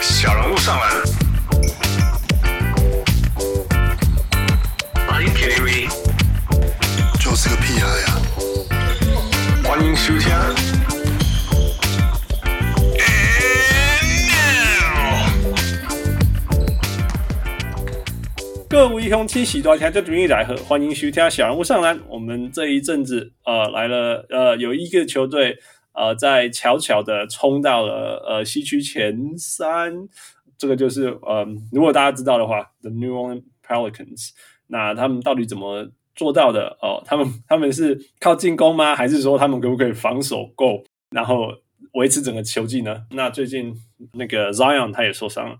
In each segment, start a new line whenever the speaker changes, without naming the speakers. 小人物上篮，Are you kidding me？
就是个屁孩啊呀、
欢迎收听。And now
各位乡亲，喜多听这主义来贺，欢迎收听小人物上篮。我们这一阵子呃来了呃有一个球队呃在悄悄的冲到了呃西区前三，这个就是呃如果大家知道的话，The New Orleans Pelicans。那他们到底怎么做到的？哦，他们他们是靠进攻吗？还是说他们可不可以防守够，然后维持整个球技呢？那最近那个 Zion 他也受伤了。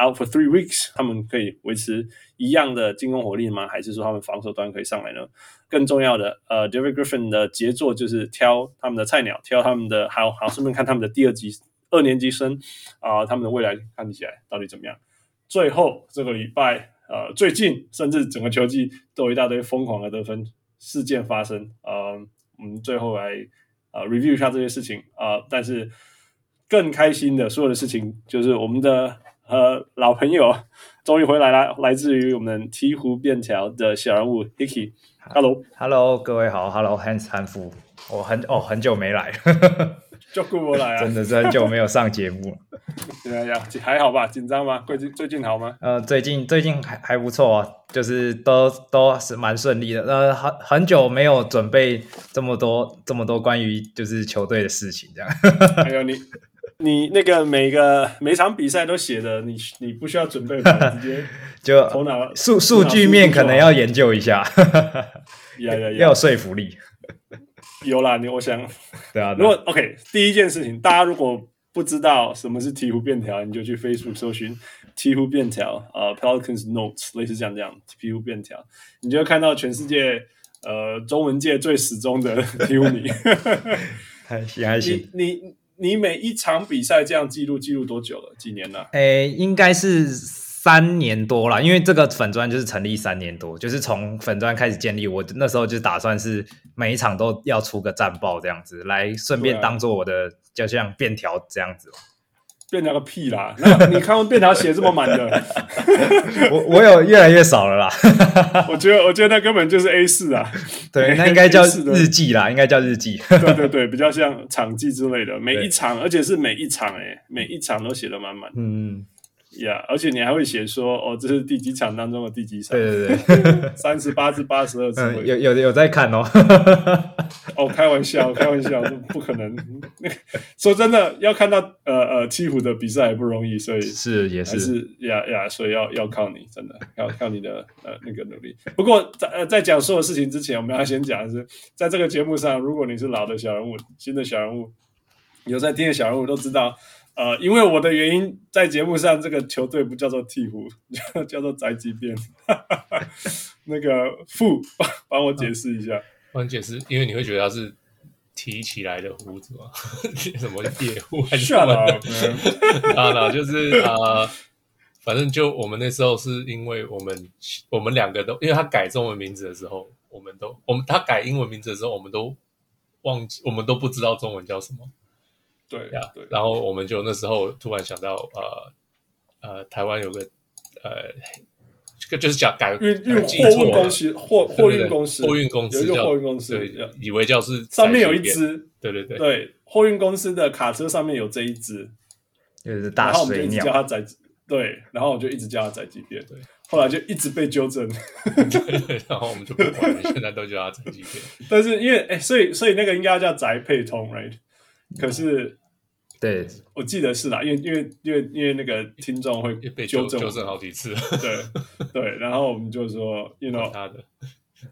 out for three weeks，他们可以维持一样的进攻火力吗？还是说他们防守端可以上来呢？更重要的，呃，David Griffin 的杰作就是挑他们的菜鸟，挑他们的，还有还有顺便看他们的第二级二年级生啊、他们的未来看起来到底怎么样？最后这个礼拜，呃，最近甚至整个球季都有一大堆疯狂的得分事件发生，呃，我们最后来呃 review 一下这些事情啊、呃但是更开心的所有的事情就是我们的呃老朋友终于回来了， 来自于我们鹈鹕便条的小人物 Hickey。Hello，
Hello，各位好，Hello，汉韩夫，我很哦很久没来，
就顾我来啊！
真的是很久没有上节目了。
怎么样？还好吧？紧张吗？最近最近好 吗？
呃，最近最近还还不错啊，就是都都是蛮顺利的。呃，很很久没有准备这么多这么多关于就是球队的事情，这样
还有你，你那个每个每场比赛都写的，你你不需要准备吧？直接
就
头脑
数数据面可能要研究一下，
呀呀
要
呀
有！说服力。
有啦，你我想
对啊，对
如
啊
果 OK，第一件事情，大家如果不知道什么是鹈鹕便条，你就去 Facebook 搜寻鹈鹕便条，呃，Pelicans Notes，类似这样这样鹈鹕便条，你就会看到全世界呃中文界最始终的鹈鹕迷。
还行还行
你。你你每一场比赛这样记录记录多久了？几年了？
诶，应该是三年多啦，因为这个粉砖就是成立三年多，就是从粉砖开始建立。我那时候就打算是每一场都要出个战报这样子，来顺
对
便
啊
当做我的，就像便条这 样子。
便条个屁啦！那你看过便条写这么满的，
我我有越来越少 了啦，
我觉得我觉得那根本就是 A 四啊。
对，那应该叫
是的
日记啦，应该叫日记。
对对对，比较像场记之类的，每一
对
场，而且是每一场、欸，哎，每一场都写的满满的。
嗯，
呀而且你还会写说，哦，这是第几场当中的第几场，
对对对，
三十八至八十二次
嗯，
会。
有有有在看哦。
哦，开玩 笑，开玩笑，这不可能。 说真的，要看到呃呃鹈鹕的比赛也不容易，所以
是也
还是呀呀，所以要要靠你，真的要靠你的呃那个努力。不过在呃在讲所有事情之前，我们要先讲的是，在这个节目上，如果你是老的小人物、新的小人物，有在听的小人物都知道，呃，因为我的原因，在节目上这个球队不叫做鹈鹕，叫叫做宅急便。 那个傅帮帮我解释一下，
关键是因为你会觉得它是提起来的胡子嘛， 什么野狐还是什么
Shut
的
up，
啊，那就是呃，反正就我们那时候是因为我们我们两个都，因为他改中文名字的时候，我们都我们他改英文名字的时候，我们都忘记，我们都不知道中文叫什么
对
呀。
对，
然后我们就那时候突然想到，呃呃，台湾有个呃，这个就是讲改
运运
记错
货运
了
公司，货
对
货
对对
运公司，
货运公司
有一个
叫
货运公司
对
yeah，
以为叫是
上面有一
宅急便，
只，
对对对，
对，货运公司的卡车上面有这一只，
就是大
然后我们就
水
一直
鸟
叫，它宅，对，然后我就一直叫它宅急便
对，
后来就一直被纠正，
对， 然后我们就不管了，现在都叫它宅急便。
但是因为哎，所以所以那个应该叫宅配通，right？可
嗯
是
对，
我记得是啦，因为因为因为因为那个听众会
也被纠
纠正
纠
我，
正好几次，
对对，然后我们就说，you
管
know。
他的。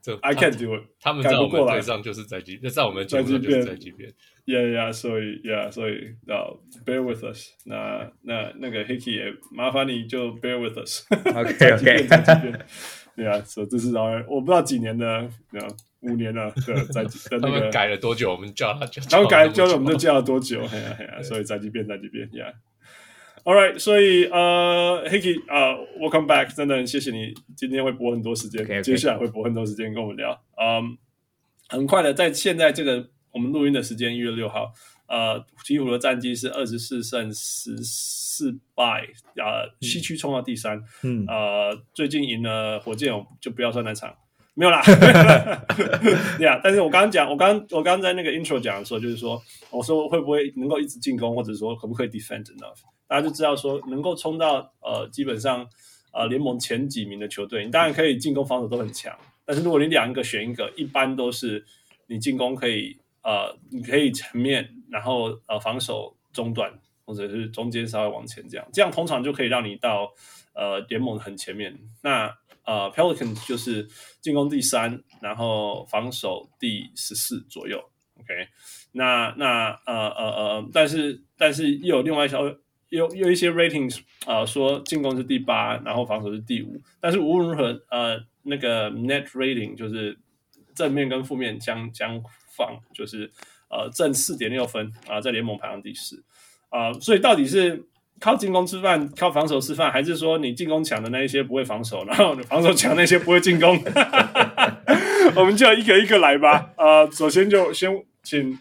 这
哦 I
他
can't do it.
他们
改
在
不
我
过
们
来
队上就是宅急，在我们节目上就是宅急便。
Yeah, yeah. 所以 yeah, 所以呃 bear with us. 那那那个 Hickey 也麻烦你就 bear with us.
OK，OK
再几遍再几遍对啊，所以这是当然，我不知道几年的，呃，五年了的 在在
他
那
们
个，
改了多久，我们叫他就
然后改教
叫
了
他那
我
么
们就
久
啊叫了多久？嘿呀嘿呀，所以再几遍再几遍，yeah。 All right，所以呃，Hicky 啊、w e l c o m e back，真的很谢谢你，今天会拨很多时间
OK，OK
接下来会拨很多时间跟我们聊。嗯，很快的，在现在这个我们录音的时间一月六号，呃，鹈鹕的战绩是二十四胜十四败，呃，西区冲到第三，
嗯
呃，最近赢了火箭，我就不要算那场。没有啦，对啊，但是我刚刚讲，我刚我刚刚在那个 intro 讲的时候，就是说，我说会不会能够一直进攻，或者说可不可以 defend enough，大家就知道说能够冲到呃基本上呃联盟前几名的球队，你当然可以进攻防守都很强，但是如果你两个选一个，一般都是你进攻可以呃你可以前面，然后呃防守中段或者是中间稍微往前这样，这样通常就可以让你到呃联盟很前面。那呃 Pelican 就是进攻第三，然后防守第十四左右。OK，那那呃呃呃，但是但是又有另外一条，有有一些 ratings 啊、呃说进攻是第八，然后防守是第五，但是无论如何呃那个 net rating 就是正面跟负面将将放，就是呃正四点六分啊、在联盟排行第四啊、所以到底是靠进攻吃饭，靠防守吃饭，还是说你进攻强的那一些不会防守，然后你防守强那些不会进攻？ 我们就一个一个来吧。呃，首先就先请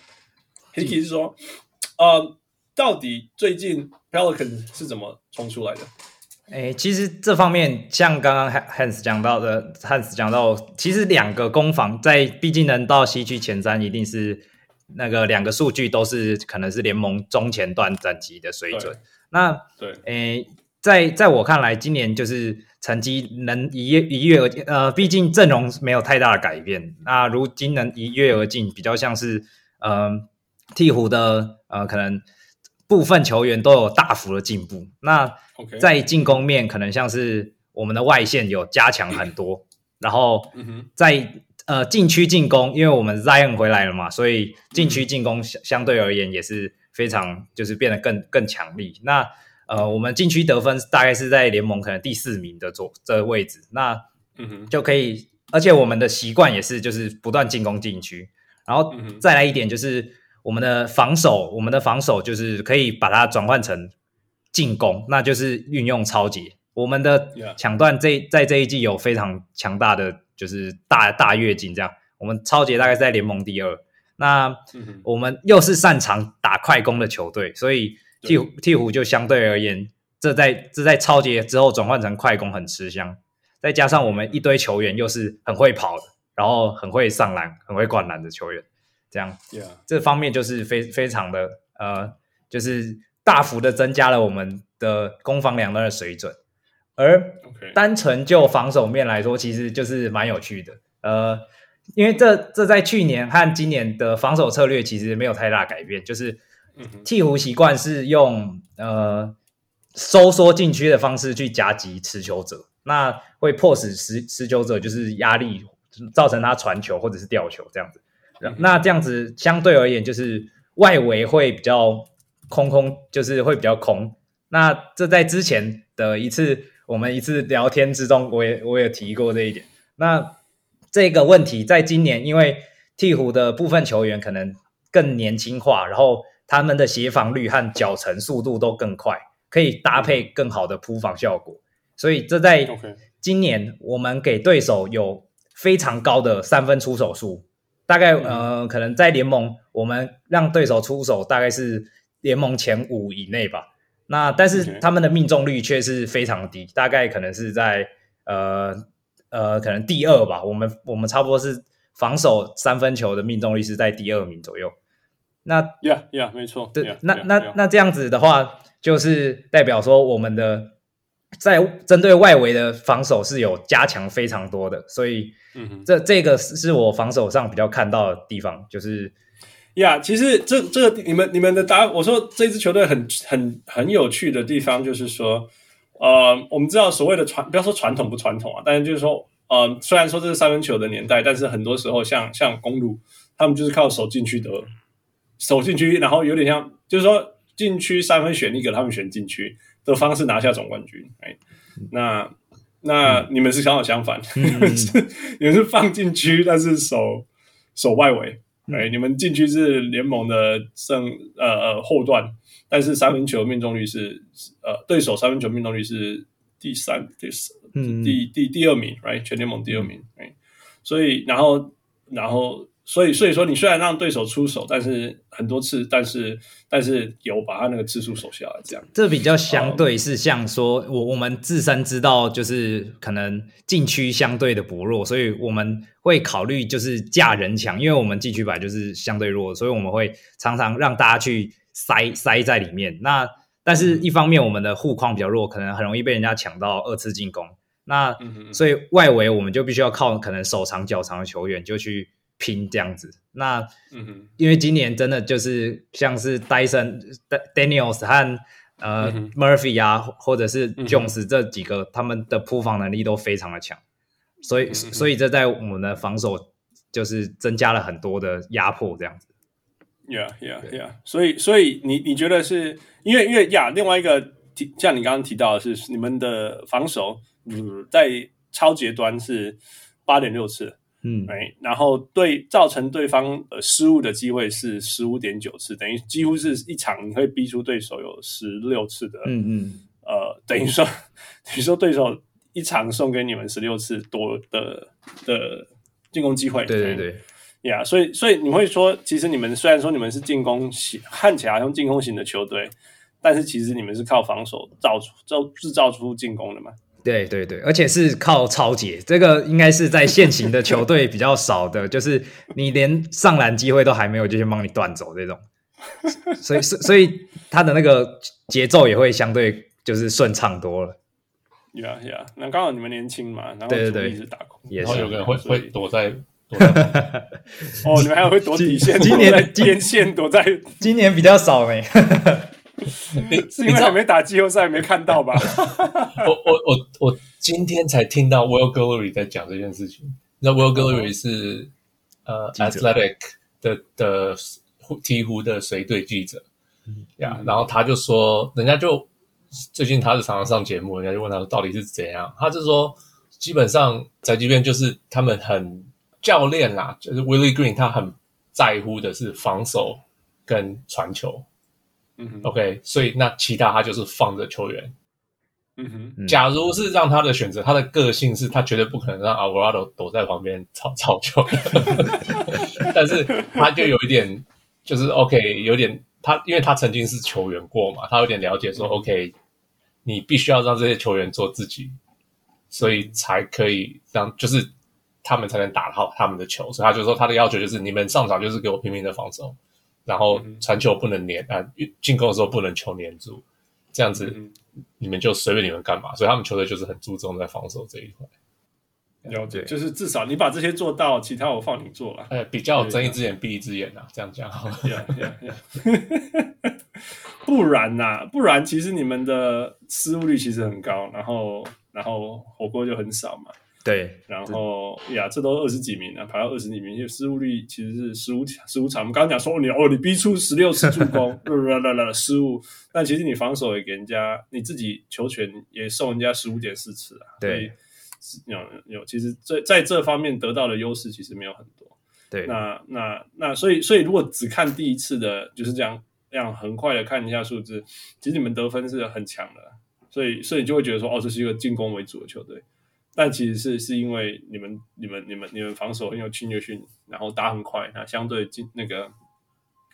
Hicky 说，呃，到底最近 Pelican 是怎么冲出来的？
诶、其实这方面像刚刚 Han- Hans 讲到的，Hans 讲到，其实两个攻防在，毕竟能到西区前三，一定是那个两个数据都是可能是联盟中前段战绩的水准。那
对，
诶、在在我看来，今年就是成绩能一跃一跃而进，呃，毕竟阵容没有太大的改变。那如今能一跃而进，比较像是呃鹈鹕的呃可能部分球员都有大幅的进步。那
OK
在进攻面，可能像是我们的外线有加强很多，然后
嗯哼，
在呃禁区进攻，因为我们 Zion 回来了嘛，所以禁
嗯
区进攻相相对而言也是非常就是变得更更强力。那呃，我们禁区得分大概是在联盟可能第四名的左这位置，那
嗯哼，
就可以，而且我们的习惯也是就是不断进攻禁区，然后
嗯哼
再来一点就是我们的防守，我们的防守就是可以把它转换成进攻，那就是运用超级。我们的
Yeah
抢断这在这一季有非常强大的就是大大跃进，这样我们超级大概是在联盟第二。那
嗯哼，
我们又是擅长打快攻的球队，所以
对
鹈鹕鹈鹕就相对而言，这在这在超级之后转换成快攻很吃香。再加上我们一堆球员又是很会跑的，然后很会上篮、很会灌篮的球员，这样
Yeah，
这方面就是非非常的呃，就是大幅的增加了我们的攻防两端的水准。而
OK，
单纯就防守面来说，其实就是蛮有趣的。呃，因为这这在去年和今年的防守策略其实没有太大改变，就是
嗯哼
鹈鹕习惯是用呃收缩禁区的方式去夹击持球者，那会迫使持持球者就是压力造成他传球或者是吊球这样子。
嗯哼
那这样子相对而言，就是外围会比较空空，就是会比较空。那这在之前的一次我们一次聊天之中，我也我也提过这一点。那这个问题在今年，因为鹈鹕的部分球员可能更年轻化，然后他们的协防率和脚程速度都更快，可以搭配更好的扑防效果。所以这在
OK
今年我们给对手有非常高的三分出手数，大概呃，可能在联盟我们让对手出手大概是联盟前五以内吧。那但是
OK
他们的命中率却是非常低，大概可能是在呃呃，可能第二吧。我们我们差不多是防守三分球的命中率是在第二名左右。那
，Yeah Yeah，没错，
对
yeah，
那
yeah，
那
yeah
那这样子的话，就是代表说我们的在针对外围的防守是有加强非常多的，所以
嗯哼。
这这个是是我防守上比较看到的地方，就是
呀其实这这个你们你们的答案，我说这支球队很很很有趣的地方就是说，呃，我们知道所谓的传，不要说传统不传统啊，但是就是说，呃，虽然说这是三分球的年代，但是很多时候像像公路，他们就是靠守禁区得，守禁区，然后有点像，就是说禁区三分选一个，他们选禁区的方式拿下总冠军。哎，那那你 们是刚好相反，你们是你们是放禁区，但是守守外围。哎、你们禁区是联盟的剩呃呃后段，但是三分球命中率是呃对手三分球命中率是第三第四
嗯
第第第二名，right？全联盟第二名，right？所以然后然后所以所以说你虽然让对手出手，但是很多次，但是但是有把他那个次数守下来，这样。
这比较相对是像说，我我们自身知道就是可能禁区相对的薄弱，所以我们会考虑就是架人墙，因为我们禁区本来就是相对弱，所以我们会常常让大家去塞塞在里面。那但是一方面我们的护框比较弱，可能很容易被人家抢到二次进攻。那
嗯哼
所以外围我们就必须要靠可能手长脚长的球员就去拼这样子。那
嗯哼。
因为今年真的就是像是 Dyson、Daniels 和呃、
嗯
Murphy 啊，或者是
哼
Jones 这几个，他们的扑防能力都非常的强，
嗯
所以所以这在我们的防守就是增加了很多的压迫，这样子。
Yeah, yeah, yeah. 所以，所以你你觉得是因为因为呀另外一个提像你刚刚提到的是你们的防守，嗯，在超节端是八点六次，
嗯，
哎，然后对造成对方呃失误的机会是十五点九次，等于几乎是一场你会逼出对手有十六次的，
嗯嗯，
呃，等于说等于说对手一场送给你们十六次多的的进攻机会，
对对
哎
对，
呀所以所以你会说，其实你们虽然说你们是进攻型，看起来好像进攻型的球队，但是其实你们是靠防守造出造制造出进攻的嘛？
对对对，而且是靠超解，这个应该是在现行的球队比较少的，就是你连上篮机会都还没有，就先帮你断走这种，所以所以所以他的那个节奏也会相对就是顺畅多了，
呀呀，啊那刚好你们年轻嘛，然后
对对
主力
对
是打工，
也
然后
是
有个人会
所以
会躲在躲在
哦，你们还会躲底线，
今今年
躲在
今
边线躲 在，是
今年比较少欸 没，
你
因为
你知
还
道
没打季后赛没看到 吧？
我我我我今天才听到 Will Gallery 在讲这件事情。那 Will Gallery 是、呃
哦记者
Athletic 的的鹈鹕的随队记者
嗯
呀然后他就说，人家就最近他是常常上节目，人家就问他说到底是怎样，他就说基本上宅急便就是他们很教练啦，就是 Willie Green 他很在乎的是防守跟传球。
嗯哼，
OK，所以那其他他就是放着球员。
嗯哼，
嗯
假如是让他的选择，他的个性是他绝对不可能让 Alvarado 躲在旁边炒炒球， 但是他就有一点，就是 OK，有点他，因为他曾经是球员过嘛，他有点了解说、OK，你必须要让这些球员做自己，所以才可以让就是他们才能打好他们的球，所以他就说他的要求就是你们上场就是给我拼命的防守，然后传球不能粘啊，呃进攻的时候不能球粘住，这样子你们就随便你们干嘛，所以他们球队就是很注重在防守这一块。
了解，
对
就是至少你把这些做到，其他我放你 做了。
呃，比较睁一只眼闭一只眼啊，这样讲好了。
呀呀呀！ 不然呐、不然其实你们的失误率其实很高，然后然后火锅就很少嘛，
对，
然后呀，这都二十几名了、排到二十几名，因为失误率其实是十五十五场。我们刚刚讲说哦你哦你逼出十六次助攻， 啦啦啦啦失误，但其实你防守也给人家，你自己球权也送人家十五点四次啊，
对
所以是，有有其实这在这方面得到的优势其实没有很多。
对，
那那那，所以所以如果只看第一次的，就是这样这样很快的看一下数字，其实你们得分是很强的，所以所以就会觉得说，哦，这是一个进攻为主的球队。但其实是是因为你们你们你们你们防守很有侵略性，然后打很快，那相对进那个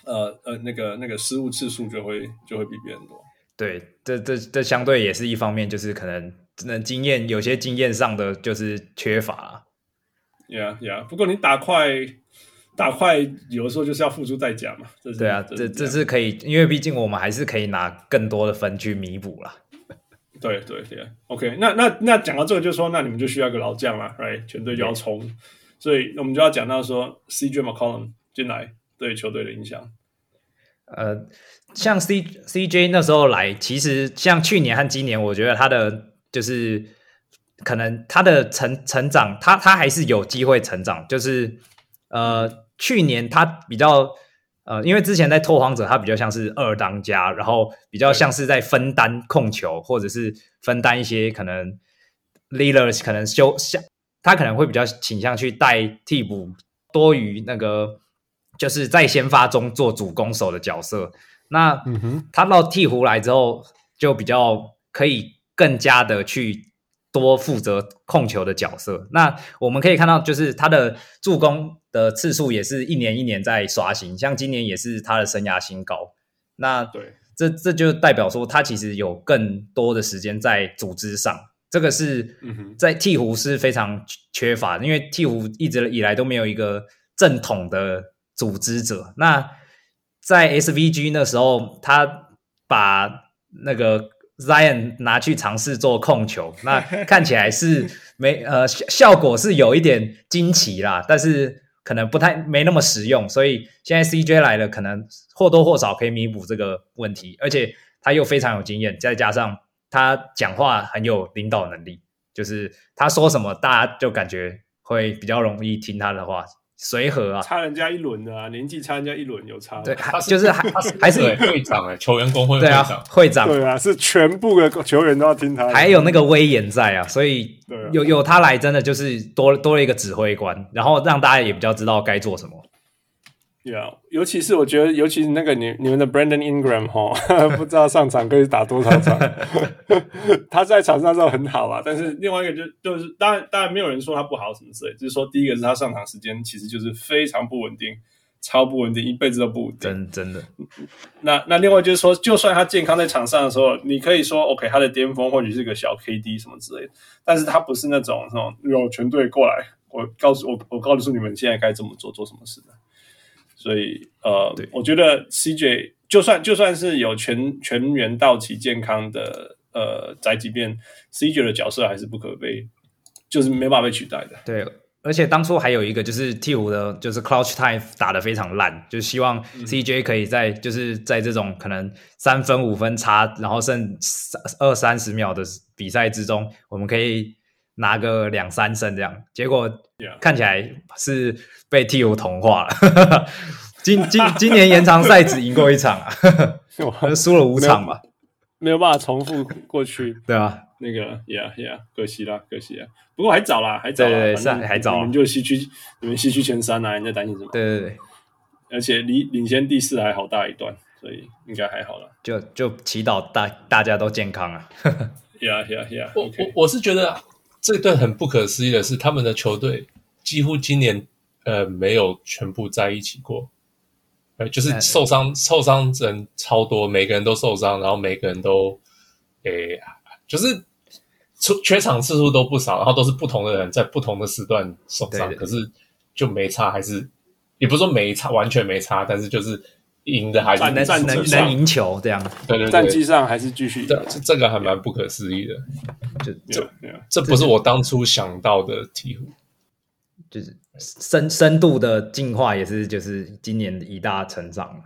呃呃那个那个失误次数就会就会比别人多。
对，这这这相对也是一方面，就是可能可能经验有些经验上的就是缺乏啊、
Yeah yeah，不过你打快打快，有的时候就是要付出代价嘛。这是
对啊，
嗯
是
这这
样
是可以，因为毕竟我们还是可以拿更多的分去弥补啦。
对对对，OK，那那那讲到这个，就说那你们就需要一个老将啦，right？全队就要冲，所以我们就要讲到说 CJ McCollum 进来对球队的影响。
呃，像 C C J 那时候来，其实像去年和今年，我觉得他的就是可能他的成成长，他他还是有机会成长。就是呃，去年他比较呃，因为之前在拓荒者，他比较像是二当家，然后比较像是在分担控球，或者是分担一些可能 leaders 可能休下他可能会比较倾向去带替补多于那个就是在先发中做主攻手的角色。那
嗯哼，
他到鹈鹕来之后，就比较可以更加的去多负责控球的角色。那我们可以看到，就是他的助攻的次数也是一年一年在刷新，像今年也是他的生涯新高。那
对，
这这就代表说，他其实有更多的时间在组织上，这个是
嗯哼
在鹈鹕是非常缺乏的，因为鹈鹕一直以来都没有一个正统的组织者。那在 SVG 那时候，他把那个 Zion 拿去尝试做控球，那看起来是没呃效效果是有一点惊奇啦，但是可能不太没那么实用，所以现在 CJ 来了，可能或多或少可以弥补这个问题，而且他又非常有经验，再加上他讲话很有领导能力，就是他说什么大家就感觉会比较容易听他的话，随和啊，
差人家一轮的啊，年纪差人家一轮有差吗。
对，还
是
就是还还是
对会长哎，球员工会会
对啊
长，，
会长
对啊，是全部的球员都要听他的。
还有那个威严在啊，所以
对啊
有有他来，真的就是多多了一个指挥官，然后让大家也比较知道该做什么。
，Yeah，
尤其是我觉得，尤其是那个你你们的 Brandon Ingram 哈，不知道上场可以打多少场。
他在场上的时候很好啊，但是另外一个就就是，当然当然没有人说他不好什么之类，就是说第一个是他上场时间其实就是非常不稳定，超不稳定，一辈子都不稳定。
真真的，
那那另外就是说，就算他健康在场上的时候，你可以说 OK，他的巅峰或许是个小 KD 什么之类的，但是他不是那种那种有全队过来，我告诉我我告诉你们现在该怎么做，做什么事的。所以呃
对，
我觉得 CJ 就算就算是有全全员到齐健康的呃宅急便，CJ 的角色还是不可被，就是没办法被取代的。
对。而且当初还有一个就是替补的，就是 Crouch Time 打得非常烂，就希望
嗯
CJ 可以在、就是在这种可能三分五分差，然后剩三二三十秒的比赛之中，我们可以拿个两三胜这样。结果
Yeah
看起来是被替补同化了。 今今今年延长赛只赢过一场啊，
哇
输了五场嘛，
没有办法重复过去
对啊，
那个，yeah yeah，可惜啦，可惜啦。不过还早啦，还早啦，
对对对
反正
是还早啊
你们就西区，你们西区前三啊，你在担心什么？
对对对，
而且离领先第四还好大一段，所以应该还好啦。
就就祈祷大大家都健康啊。
yeah yeah
我
yeah，OK，、
我我是觉得这段很不可思议的是，他们的球队几乎今年呃没有全部在一起过，呃，就是
哎
受伤受伤人超多，每个人都受伤，然后每个人都诶、就是出缺场次数都不少，然后都是不同的人在不同的时段受伤，
对对
可是就没差，还是也不是说没差，完全没差，但是就是赢的还是
战
能
战
能
绩上
能赢球这样，
对对
战
对
绩，上还是继续赢
这这这个还蛮不可思议的。
就
yeah yeah，
这不是我当初想到的鹈鹕。
就是深深度的进化也是就是今年的一大成长，啊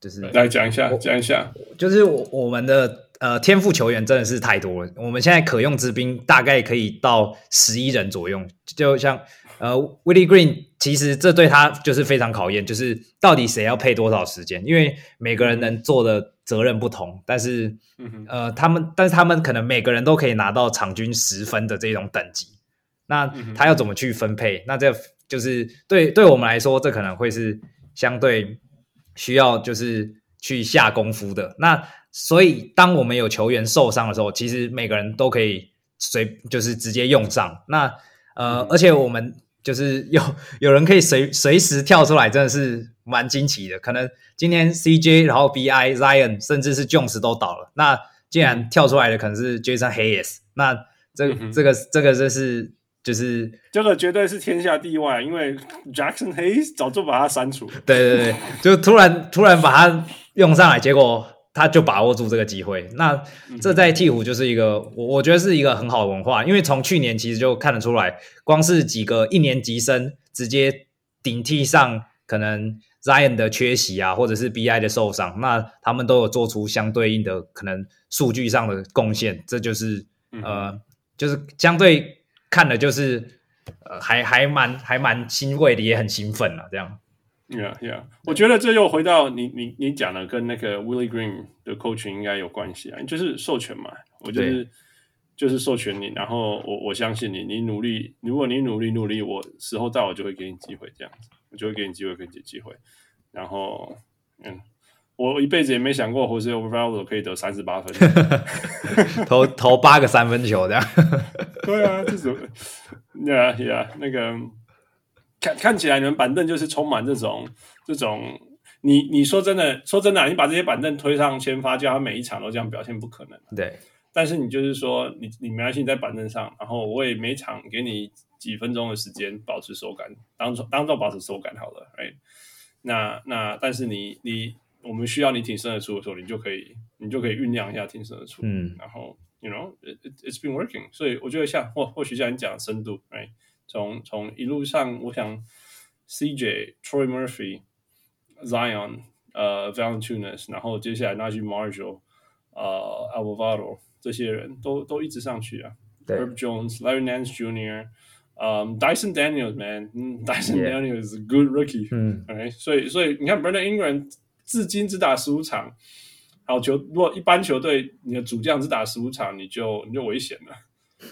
就是
来讲一下，讲一下，
就是我我们的呃天赋球员真的是太多了，我们现在可用之兵大概可以到十一人左右，就像呃 Willie Green，其实这对他就是非常考验，就是到底谁要配多少时间，因为每个人能做的责任不同，但是
嗯哼，
呃他们但是他们可能每个人都可以拿到场均十分的这种等级，那他要怎么去分配？那这就是对对我们来说，这可能会是相对需要就是去下功夫的。那所以，当我们有球员受伤的时候，其实每个人都可以随就是直接用上。那呃，而且我们就是有有人可以随随时跳出来，真的是蛮惊奇的。可能今天 CJ，然后 BI、Zion，甚至是 Jones 都倒了，那竟然跳出来的可能是 Jason Hayes。那这个这个这个真是就是
这个绝对是天下地外，因为 Jackson Hayes 早就把他删除了。
对 对对，就突然突然把他用上来，结果他就把握住这个机会。那这在鹈鹕就是一个，我我觉得是一个很好的文化，因为从去年其实就看得出来，光是几个一年级生直接顶替上可能 Zion 的缺席啊，或者是 BI 的受伤，那他们都有做出相对应的可能数据上的贡献，这就是呃，就是相对看的就是。呃，还还蛮还蛮欣慰的，也很兴奋啊，这样。
Yeah, yeah，我觉得这又回到你你你讲的跟那个 Willie Green 的 coaching 应该有关系啊，就是授权嘛，我就是就是授权你，然后我我相信你，你努力，如果你努力努力，我时候到我就会给你机会，这样子，我就会给你机会，给你机会。然后，嗯，我一辈子也没想过 Jose Alvarado 可以得三十八分。
投投八个三分球这样。
对啊，这种，Yeah Yeah，那个看看起来你们板凳就是充满这种这种。你你说真的，说真的啊、你把这些板凳推上先发，叫他每一场都这样表现，不可能。
对，
但是你就是说，你你没关系，你在板凳上，然后我也每场给你几分钟的时间保持手感，当做当做保持手感好了，哎，那那但是你你我们需要你挺身而出的时候，你就可以你就可以酝酿一下挺身而出，
嗯
然后 you know it, it it's been working，所以我觉得像或或许像你讲的深度，哎，从从一路上，我想 CJ Troy Murphy Zion 呃 Valentunas，然后接下来 Najee Marshall。呃 Alvarado 这些人都都一直上去啊
对
，Herb Jones、Larry Nance Jr.、嗯 Dyson Daniels man，嗯 Dyson
Yeah
Daniels is a good rookie，
嗯，
哎，所以所以你看 Brandon Ingram 至今只打十五场，好球，如果一般球队你的主将只打十五场，你就你就危险了，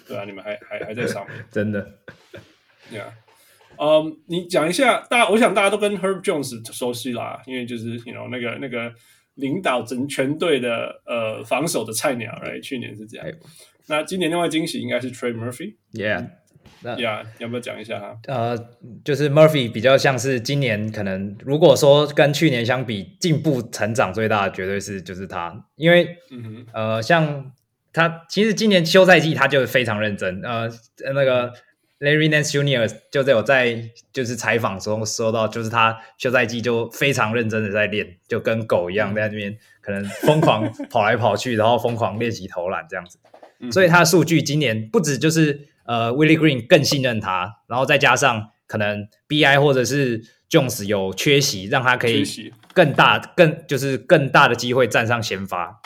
对啊，你们还还还在上面。
真的，
Yeah，嗯、你讲一下，大我想大家都跟 Herb Jones 熟悉啦，因为就是你 know 那个那个领导整全队的呃防守的菜鸟，right？去年是这样
哎。
那今年另外惊喜应该是 Trey Murphy。
，Yeah。那
Yeah，要不要讲一下啊他？
呃，就是 Murphy 比较像是今年可能，如果说跟去年相比，进步成长最大的绝对是就是他，因为
嗯哼，
呃，像他其实今年休赛季他就非常认真，呃，那个 Larry Nance Jr. 就在我在就是采访中说到，就是他休赛季就非常认真的在练，就跟狗
嗯
一样在那边可能疯 狂跑来跑去，然后疯狂练习投篮这样子。
嗯
所以他的数据今年不止就是呃 Willie Green 更信任他，然后再加上可能 BI 或者是 Jones 有缺席，让他可以
缺席
更大更就是更大的机会站上先发。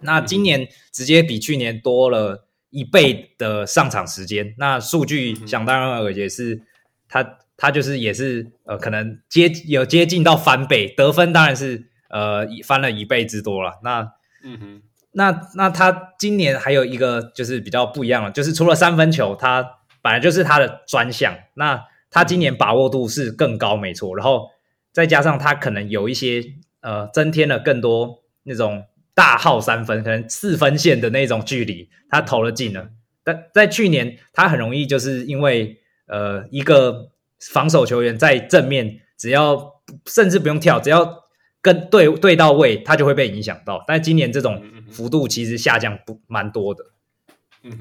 那今年直接比去年多了一倍的上场时间，那数据想当然而也是他他就是也是呃可能接有接近到翻倍，得分当然是呃一翻了一倍之多了。那
嗯哼，
那那他今年还有一个就是比较不一样了，就是除了三分球，他本来就是他的专项，那他今年把握度是更高，没错。然后再加上他可能有一些呃增添了更多那种大号三分，可能四分线的那种距离，他投了进了。但在去年他很容易就是因为呃一个防守球员在正面，只要甚至不用跳，只要跟对对到位，他就会被影响到。但是今年这种幅度其实下降不蛮多的。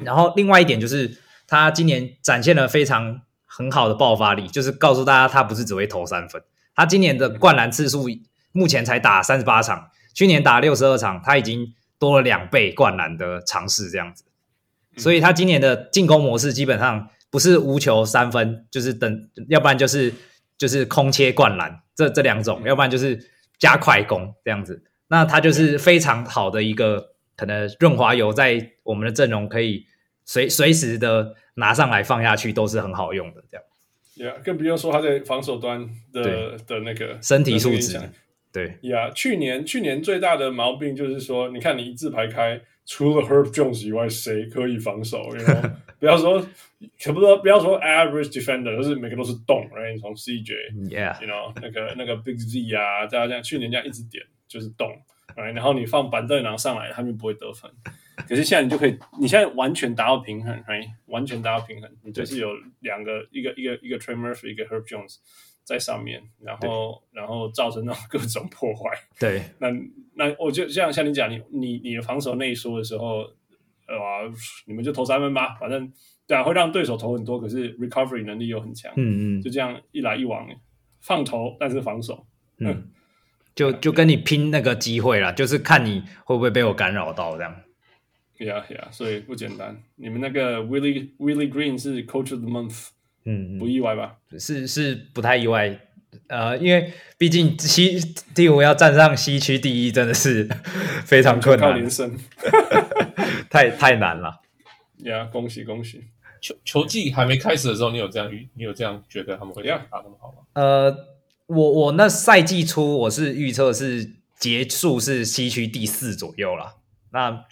然后另外一点就是，他今年展现了非常很好的爆发力，就是告诉大家他不是只会投三分，他今年的灌篮次数目前才打三十八场，去年打六十二场，他已经多了两倍灌篮的尝试这样子。所以他今年的进攻模式基本上不是无球三分，就是等，要不然就是就是空切灌篮这这两种，要不然就是加快攻这样子。那他就是非常好的一个可能润滑油，在我们的阵容可以随随时的拿上来放下去都是很好用的。这样
Yeah，更不用说他在防守端的
对
的那个
身体素
的那个影
质
响，
对
呀去年去年最大的毛病就是说，你看你一字排开，除了 Herb Jones 以外，谁可以防守？然后不要说，全部都不要说 average defender，就是每个都是洞，right？从 CJ，you
，Yeah，
know 那个那个 Big Z 啊，大家这样去年这样一直点就是洞，right？然后你放板凳然后上来，他们不会得分。可是现在你就可以，你现在完全达到平衡，right？完全达到平衡，你就是有两个，一个一个一个 Trey Murphy，一个 Herb Jones 在上面，然后然后造成那种各种破坏。
对
那那我就像像你讲，你你你的防守内缩的时候，呃，你们就投三分吧，反正对啊，会让对手投很多，可是 recovery 能力又很强，
嗯嗯
就这样一来一往，放投但是防守，
嗯，就就跟你拼那个机会啦，就是看你会不会被我干扰到这样。
yeah yeah，所以不简单。你们那个 Willie Willie Green 是 Coach of the Month，
嗯，嗯
不意外吧？
是是不太意外，呃，因为毕竟西第五要站上西区第一，真的是 非常困
靠
难
连，胜
太太难了。
，yeah，恭喜恭喜
球球季还没开始的时候，你有这样预，你有这样觉得他们会
Yeah
打那么好吗？
呃，我我那赛季初我是预测是结束是西区第四左右啦，那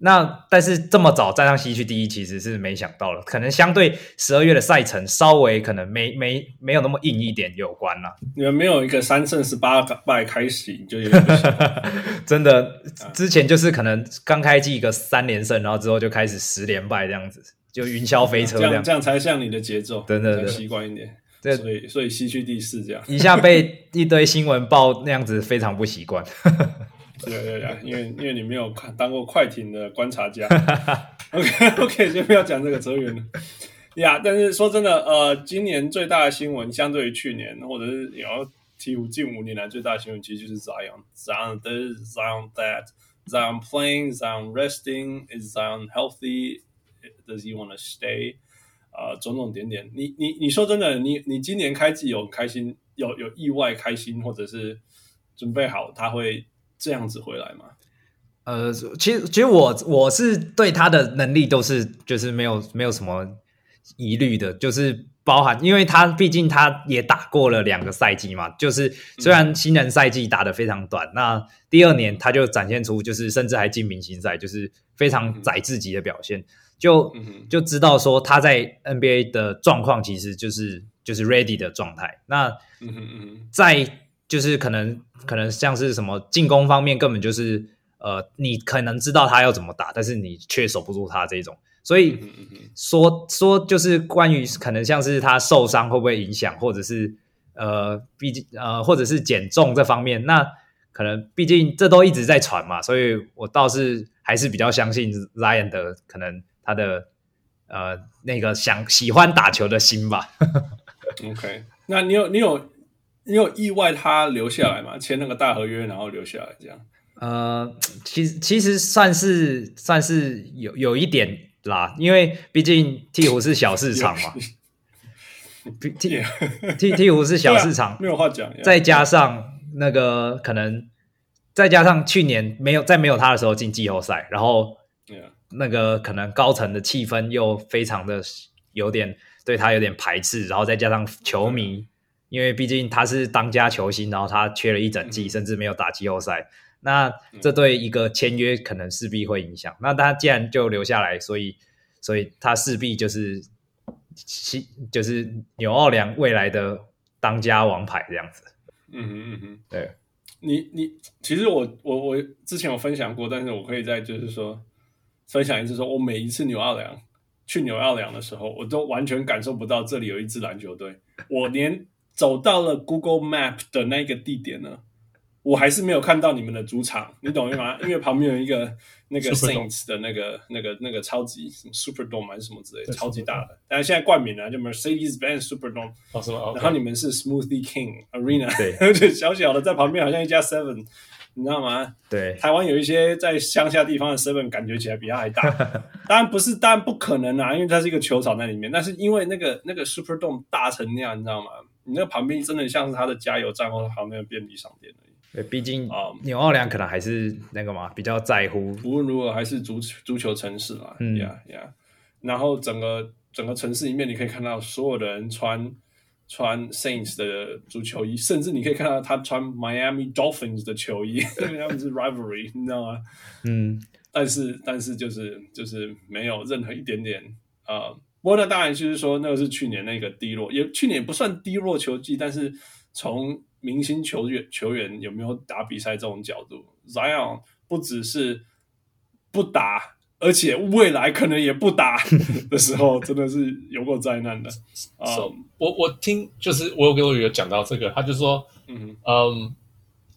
那但是这么早站上西区第一，其实是没想到了，可能相对十二月的赛程稍微可能没没没有那么硬一点有关啦。
你们没有一个三胜十八败开始，你就有点不 行
真的，之前就是可能刚开季一个三连胜，然后之后就开始十连败这样子，就云霄飞车
这
这
样
样，
这样才像你的节奏，
对对对
比较习惯一点。
对
所以所以西区第四这样，
一下被一堆新闻报那样子，非常不习惯。
对对对，因为因为你没有看当过快艇的观察家。OK OK，先不要讲这个扯远了。呀、但是说真的，呃，今年最大的新闻，相对于去年，或者是也要提五近五年来最大的新闻，其实就是 Zion Zion this Zion that Zion playing Zion resting is Zion healthy does he want to stay 啊、种种点点。你你你说真的，你你今年开季有很开心，有有意外开心，或者是准备好他会这样子回来吗？
呃，其实其实我我是对他的能力都是就是没有没有什么疑虑的，就是包含因为他毕竟他也打过了两个赛季嘛，
嗯
就是虽然新人赛季打得非常短，那第二年他就展现出就是甚至还进明星赛，就是非常宰自己的表现，就
嗯哼
就知道说他在 NBA 的状况其实就是就是 ready 的状态，那。
嗯哼嗯哼，
在就是可能可能像是什么进攻方面，根本就是呃，你可能知道他要怎么打，但是你却守不住他这种。所以
嗯
说说就是关于可能像是他受伤会不会影响，或者是呃，毕竟呃，或者是减重这方面，那可能毕竟这都一直在传嘛，所以我倒是还是比较相信 Zion 的可能他的呃那个想喜欢打球的心吧。
OK，那你有你有你有意外他留下来吗？签那个大合约，然后留下来这样。
呃，其实其实算是算是有有一点啦，因为毕竟鹈鹕是小市场嘛， 鹈鹈鹈鹈鹕是小市场，
对啊没有话讲。呀
再加上那个可能，再加上去年没有在没有他的时候进季后赛，然后
Yeah
那个可能高层的气氛又非常的有点对他有点排斥，然后再加上球迷，因为毕竟他是当家球星，然后他缺了一整季，甚至没有打季后赛，那这对一个签约可能势必会影响。那他既然就留下来，所以所以他势必就是其就是纽奥良未来的当家王牌这样子。
嗯哼嗯哼，
对，
你你其实我我我之前有分享过，但是我可以再就是说分享一次说，我每一次纽奥良去纽奥良的时候，我都完全感受不到这里有一支篮球队。我连走到了 Google Map 的那个地点呢，我还是没有看到你们的主场，你懂吗？因为旁边有一个那个
Superdome
Saints 的那个那个那个超级什么 Superdome 还是什么之类的，超级大的，但是现在冠名了，就 Mercedes-Benz Superdome。
哦，是吗？
然后你们是 Smoothie King Arena，
对
就小小的在旁边，好像一家 Seven，你知道吗？
对，
台湾有一些在乡下地方的 Seven，感觉起来比它还大。当然不是，当然不可能啊，因为它是一个球场在里面。但是因为那个那个 Superdome 大成那样，你知道吗？你那旁边真的像是它的加油站或者旁边的便利商店而已。
对毕竟
啊
纽奥良可能还是那个嘛，比较在乎
无论如何还是足足球城市啦，
嗯
呀呀。然后整个整个城市里面，你可以看到所有的人穿穿 Saints 的足球衣，甚至你可以看到他穿 Miami Dolphins 的球衣，因为他们是 rivalry，你知道吗？
嗯，
但是但是就是就是没有任何一点点呃，不过那当然就是说那个是去年那个低落，也去年也不算低落球季，但是从明星球员球员有没有打比赛这种角度，Zion 不只是不打，而且未来可能也不打的时候，真的是有过灾难 的啊、
So，我我听就是我有跟我有讲到这个，他就说，
嗯
嗯，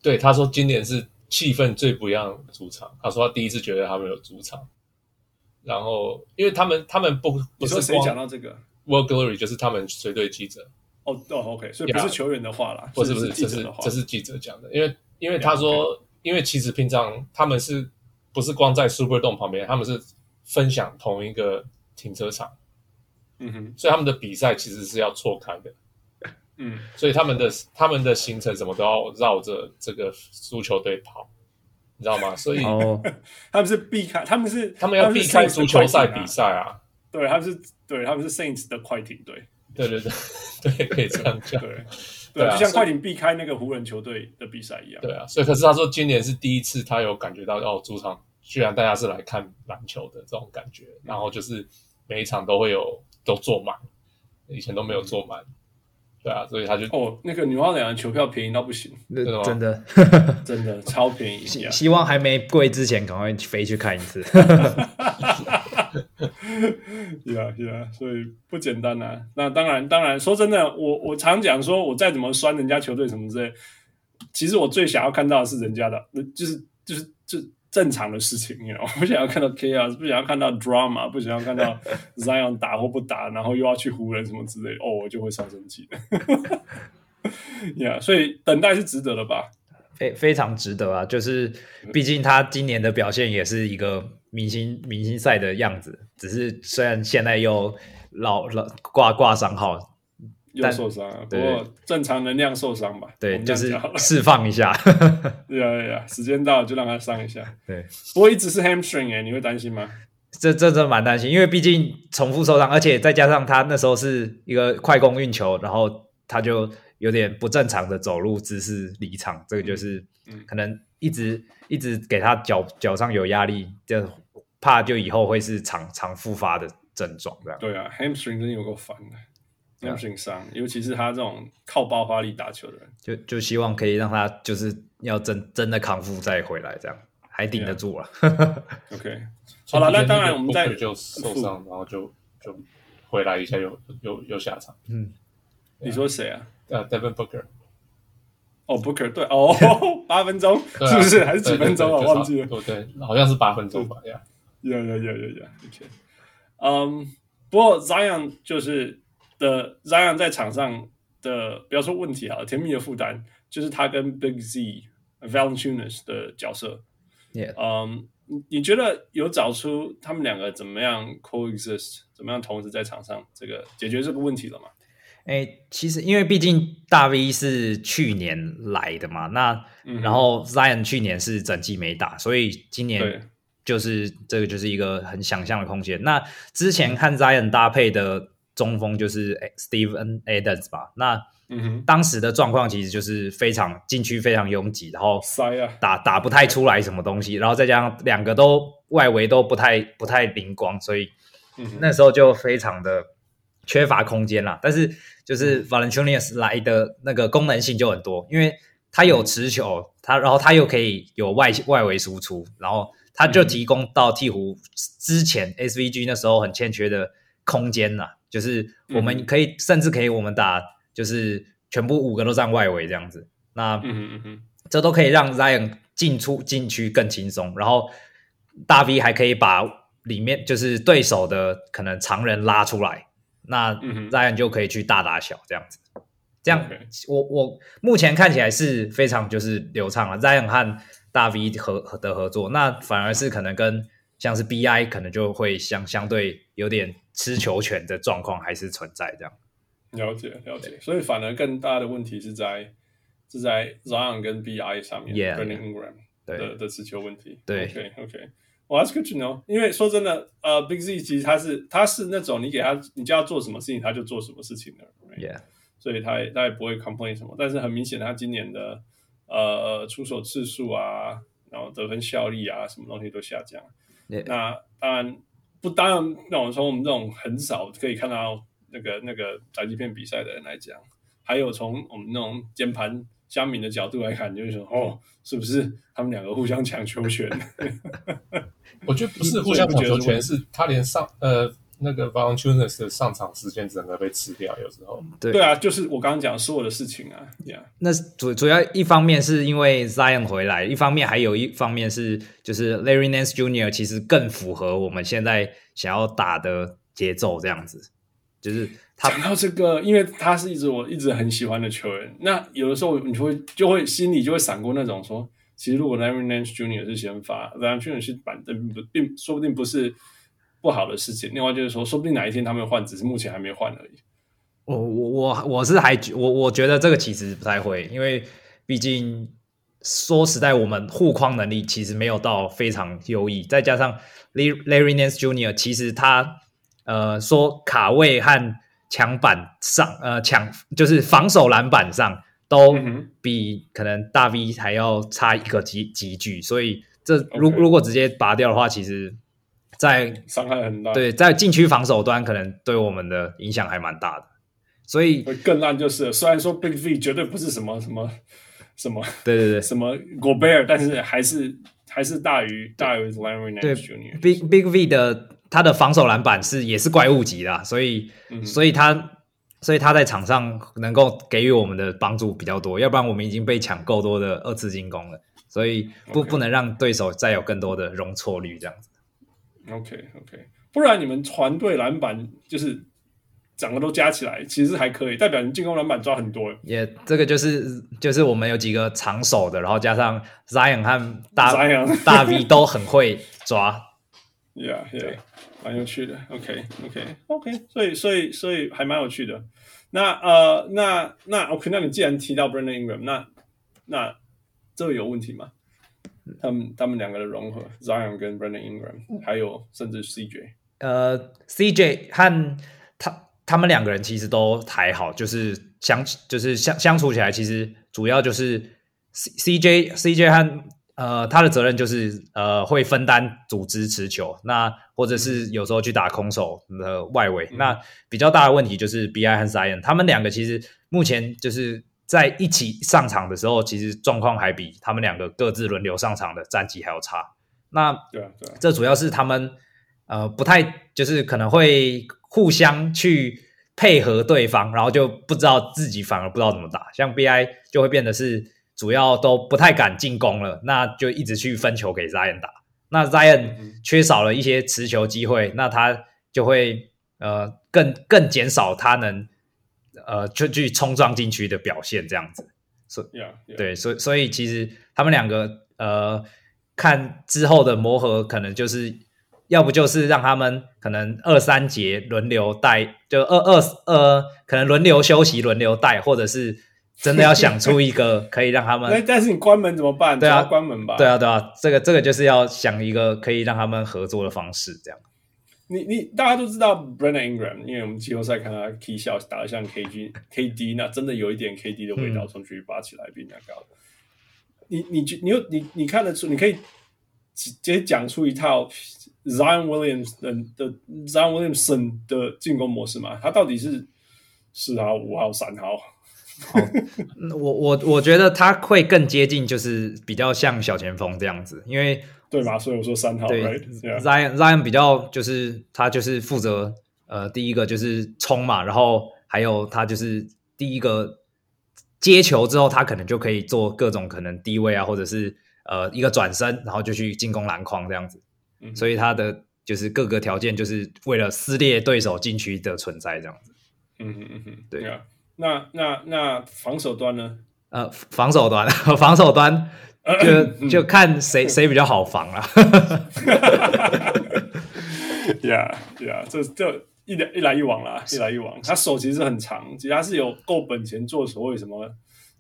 对，他说今年是气氛最不一样的主场。他说他第一次觉得他们有主场，然后因为他们他们不不
你说
是
谁讲
光
到这个？
World Glory，就是他们随队记者，
哦哦，OK，所以不
Yeah
是球员的话啦，
不是不
是
是，
记
这
者
是
的话，
这是记者讲的，因为因为他说，因为其实平常他们是不是光在 Super Dome 旁边，他们是分享同一个停车场，
嗯哼
所以他们的比赛其实是要错开的。
嗯
所以他们的他们的行程什么都要绕着这个足球队跑，你知道吗？所以
哦，
他们是避开，他们是
他们要避开足球赛比，
他们是 Saints 的快艇啊
赛啊。
对，他们是对他们是 Saints 的快艇队，
对对 对，对，可以这样讲。
对
对啊
就像
所以
快艇避开那个湖人球队的比赛一样，
对啊，所以可是他说今年是第一次，他有感觉到哦，主场居然大家是来看篮球的这种感觉，然后就是每一场都会有都坐满，以前都没有坐满，对啊，所以他就
哦，那个纽奥良的球票便宜到不行，
那
的吗
真的
真的超便宜
希
呀、
希望还没贵之前赶快飞去看一次。
yeah, yeah，所啊以不简单呐、那当然，当然，说真的，我我常讲说，我再怎么酸人家球队什么之类，其实我最想要看到的是人家的，就是就是就正常的事情，你知道， 不想要看到 chaos，不想要看到 drama，不想要看 到 Zion 打或不打，然后又要去湖人什么之类，哦，我就会上生气的。yeah，所以等待是值得的吧？
非非常值得啊！就是
嗯
毕竟他今年的表现也是一个明星明星赛的样子，只是虽然现在又老老挂挂伤号，
又
但
受伤了，不
对
过正常能量受伤吧？我
对，
哦们这样
就是
讲好了
释放一下。
对啊对啊，时间到了就让他上一下。
对，
不过一直是 hamstring 哎、你会担心吗？
这这真蛮担心，因为毕竟重复受伤，而且再加上他那时候是一个快攻运球，然后他就有点不正常的走路姿势离场，这个就是可能一直、一直给他脚脚上有压力，就怕就以后会是常常复发的症状这样。
对啊，hamstring 真的有够烦的。
对啊
hamstring 伤，尤其是他这种靠爆发力打球的人，
就就希望可以让他就是要真真的康复再回来，这样还顶得 住了。啊
OK，好了那当然我们再
Booker 就受伤，然后就就回来一下又又又下场，
你说谁啊？
呃，Devin Booker
哦，Booker，对，哦， 八分钟
对啊
是不是？还是几分钟啊？
对对对
忘记了。
对对，好像是八分钟吧，呀，
Yeah, yeah, yeah, yeah, yeah. OK. 嗯、不过 Zion 就是的 Zion 在场上的不要说问题好了，甜蜜的负担就是他跟 Big Z Valanciunas 的角色。
Yeah
嗯，你你觉得有找出他们两个怎么样 coexist，怎么样同时在场上这个解决这个问题了吗？
哎、其实因为毕竟大 V 是去年来的嘛，那、
嗯
然后 Zion 去年是整季没打，所以今
对
年就是这个就是一个很想象的空间。那之
嗯
前和 Zion 搭配的中锋就是 Steven Adams 吧，那
嗯哼，
当时的状况其实就是非常禁区非常拥挤，然后
塞啊，
打打不太出来什么东西，然后再加上两个都外围都不太不太灵光，所以
嗯哼
那时候就非常的缺乏空间啦。但是就是 Valanciunas 来的那个功能性就很多，因为他有持球，他然后他又可以有外外围输出，然后他就提供到鹈鹕之前 SVG 那时候很欠缺的空间呐，就是我们可以甚至可以我们打就是全部五个都站外围这样子，那
嗯哼嗯哼，
这都可以让 Zion 进出禁区更轻松，然后大 V 还可以把里面就是对手的可能常人拉出来，那
嗯哼
Zion 就可以去大打小这样子。这样
OK
我我目前看起来是非常就是流畅了、Zion 和大 V 合的合作，那反而是可能跟像是 BI 可能就会相相对有点吃球权的状况还是存在这样。
了解了解。所以反而更大的问题是在是在 Zion 跟 BI 上面
Yeah,
b e r n i
yeah.
Ingram。
对，
的的持球问题。
对
呃，OK OK，哇、that's good to know。因为说真的，呃，Big Z 其实他是他是那种你给他你叫他做什么事情他就做什么事情的人
yeah，
所以他也他也不会 complain 什么。但是很明显，他今年的呃出手次数啊，然后得分效率啊，什么东西都下降。
Yeah.
那当然不当然，那我从我们这种很少可以看到那个那个宅急片比赛的人来讲，还有从我们那种键盘乡民的角度来看，就是说哦，是不是他们两个互相抢球权？
我觉得不是
你
互相
你
抢
觉得是
球权，是他连上呃那个 Valanciunas 的上场时间整个被吃掉，有时候
对
对啊，就是我刚刚讲所有的事情啊，Yeah，
那主主要一方面是因为 Zion 回来，一方面还有一方面是就是 Larry Nance Jr. 其实更符合我们现在想要打的节奏，这样子，就是他
讲到这个，因为他是一直我一直很喜欢的球员，那有的时候你就会就会心里就会闪过那种说，其实如果 Larry Nance Jr. 是先发，Larry Nance Jr. 是板凳，不并说不定不是不好的事情。另外就是说，说不定哪一天他们换，只是目前还没换而已。
我哦我我我是还觉我我觉得这个其实不太会，因为毕竟说实在，我们护框能力其实没有到非常优异，再加上 Larry Larry Nance Jr. 其实他呃说卡位和抢板上呃抢就是防守篮板上都
嗯哼
比可能大 V 还要差一个级级距，所以这如
OK
如果直接拔掉的话，其实在
伤害很大，，
对在禁区防守端可能对我们的影响还蛮大的。所以，
会更烂就是了。虽然说 Big V 绝对不是什么什么什么
对对对
什么 Gobert，但是还是还是大于大于 Larry
对
Nash Jr.
，Big Big V 的他的防守篮板是也是怪物级的啊、所以
嗯
所以他所以他在场上能够给予我们的帮助比较多，要不然我们已经被抢够多的二次进攻了，所以不
OK
不能让对手再有更多的容错率这样子。
OK OK，不然你们团队篮板就是整个都加起来，其实还可以，代表你进攻篮板抓很多。
也这个就是就是我们有几个长手的，然后加上 Zion 和大
Zion
大 V 都很会抓，
Yeah Yeah，蛮有趣的。OK OK OK，所以所以所以还蛮有趣的。那呃那那 OK，那你既然提到 Brandon Ingram，那那这有问题吗？他们他们两个的融合，Zion 跟 Brandon Ingram，还有甚至 CJ。
呃，CJ 和他他们两个人其实都还好，就是相就是相相处起来，其实主要就是 C CJ CJ 和呃他的责任就是呃会分担组织持球，那或者是有时候去打空手的外围。那比较大的问题就是 BI 和 Zion，他们两个其实目前就是。在一起上场的时候，其实状况还比他们两个各自轮流上场的战绩还要差。那
对啊对啊，
这主要是他们呃不太就是可能会互相去配合对方，然后就不知道自己反而不知道怎么打。像 BI 就会变得是主要都不太敢进攻了，那就一直去分球给 Zion 打。那 Zion 缺少了一些持球机会，那他就会呃更更减少他能呃就去冲撞禁区的表现这样子。
Yeah Yeah。
对，所以所以其实他们两个呃，看之后的磨合，可能就是要不就是让他们可能二三节轮流带，就二二呃，可能轮流休息，轮流带，或者是真的要想出一个可以让他
那
们。
但是你关门怎么办？
对啊
只要关门吧。
对啊，对啊，这个这个就是要想一个可以让他们合作的方式，这样。
你你大家都知道 Brandon Ingram，因为我们季后赛看他 K 笑打得像 KG KD，那真的有一点 KD 的
嗯
味道，从局拔起来比人家高。你你你有你你看得出，你可以直接讲出一套 Zion Williams 的的 Zion Williamson 的进攻模式吗？他到底是四号、五号、三号？
嗯我我我觉得他会更接近，就是比较像小前锋这样子，因为
对吧？所以我说三号
对嗯
，right？Yeah
，Zion Zion 比较就是他就是负责呃第一个就是冲嘛，然后还有他就是第一个接球之后，他可能就可以做各种可能低位啊，或者是呃一个转身，然后就去进攻篮筐这样子。
嗯
所以他的就是各个条件就是为了撕裂对手禁区的存在这样子。
嗯哼嗯哼，
对
yeah。那那那防守端呢？
呃，防守端， 防守端
嗯
就就看谁谁比较好防啊啦、
Yeah, yeah，这这一来一来一往啦，一来一往。他手其实很长，其实他是有够本钱做所谓什么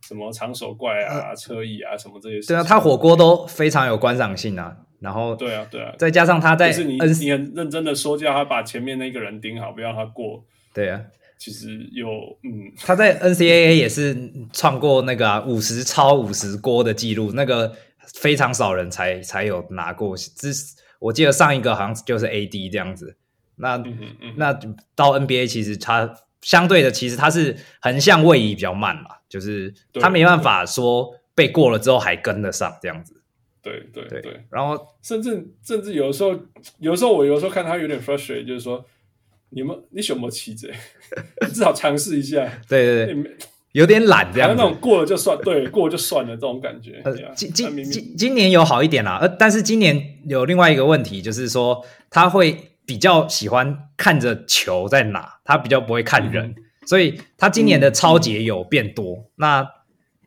什么长手怪啊、车椅啊什么这些事情。
呃对啊，他火锅都非常有观赏性啊。然后
对啊，对啊，
再加上他在
就是你
N
你很认真的说教他把前面那个人盯好，不要让他过。
对啊，
其实有嗯，
他在 NCAA 也是创过那个啊五、十超五十锅的记录，那个非常少人才才有拿过。之我记得上一个好像就是 AD 这样子。那、
嗯嗯
那到 NBA 其实他相对的，其实他是横向位移比较慢嘛，就是
对
他没办法说被过了之后还跟得上这样子。
对对
对，
对，
然后
甚至甚至有的时候，有的时候我有的时候看他有点 frustrated，就是说你们你什么棋子， 你至少尝试一下。
对对
你
对，
没
有点懒这
还有
样
那
子
种。过了就算，对，过了就算了这种感觉。
呃
yeah，，啊
今
那
今
明明
今今年有好一点啦，呃，但是今年有另外一个问题，就是说他会比较喜欢看着球在哪，他比较不会看
嗯
人，所以他今年的超节有变多。那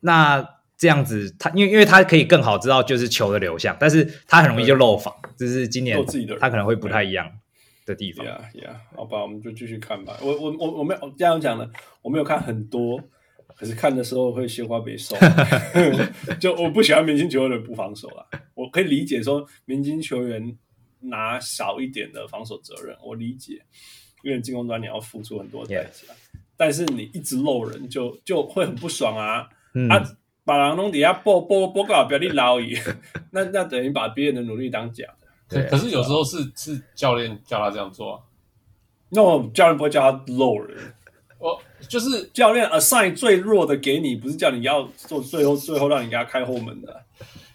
那这样子，他因为因为他可以更好知道就是球的流向，但是他很容易就漏防，这是今年
漏自己的人啊
他可能会不太一样的地方。
Yeah, yeah，好吧，我们就继续看吧。我我我我没有这样讲的，我没有看很多，可是看的时候会心花被 收。就我不喜欢明星球员的不防守啦，我可以理解说明星球员拿少一点的防守责任，我理解，因为进攻端你要付出很多代价但是你一直漏人就就会很不爽啊。
嗯，
啊，把人弄底下播播播告表弟捞伊，那那等于把别人的努力当假的。
可可是有时候是是教练叫他这样做啊，
那我教练不会叫他 low 人，
我就是
教练 assign 最弱的给你，不是叫你要做最后最后让你给他开后门的。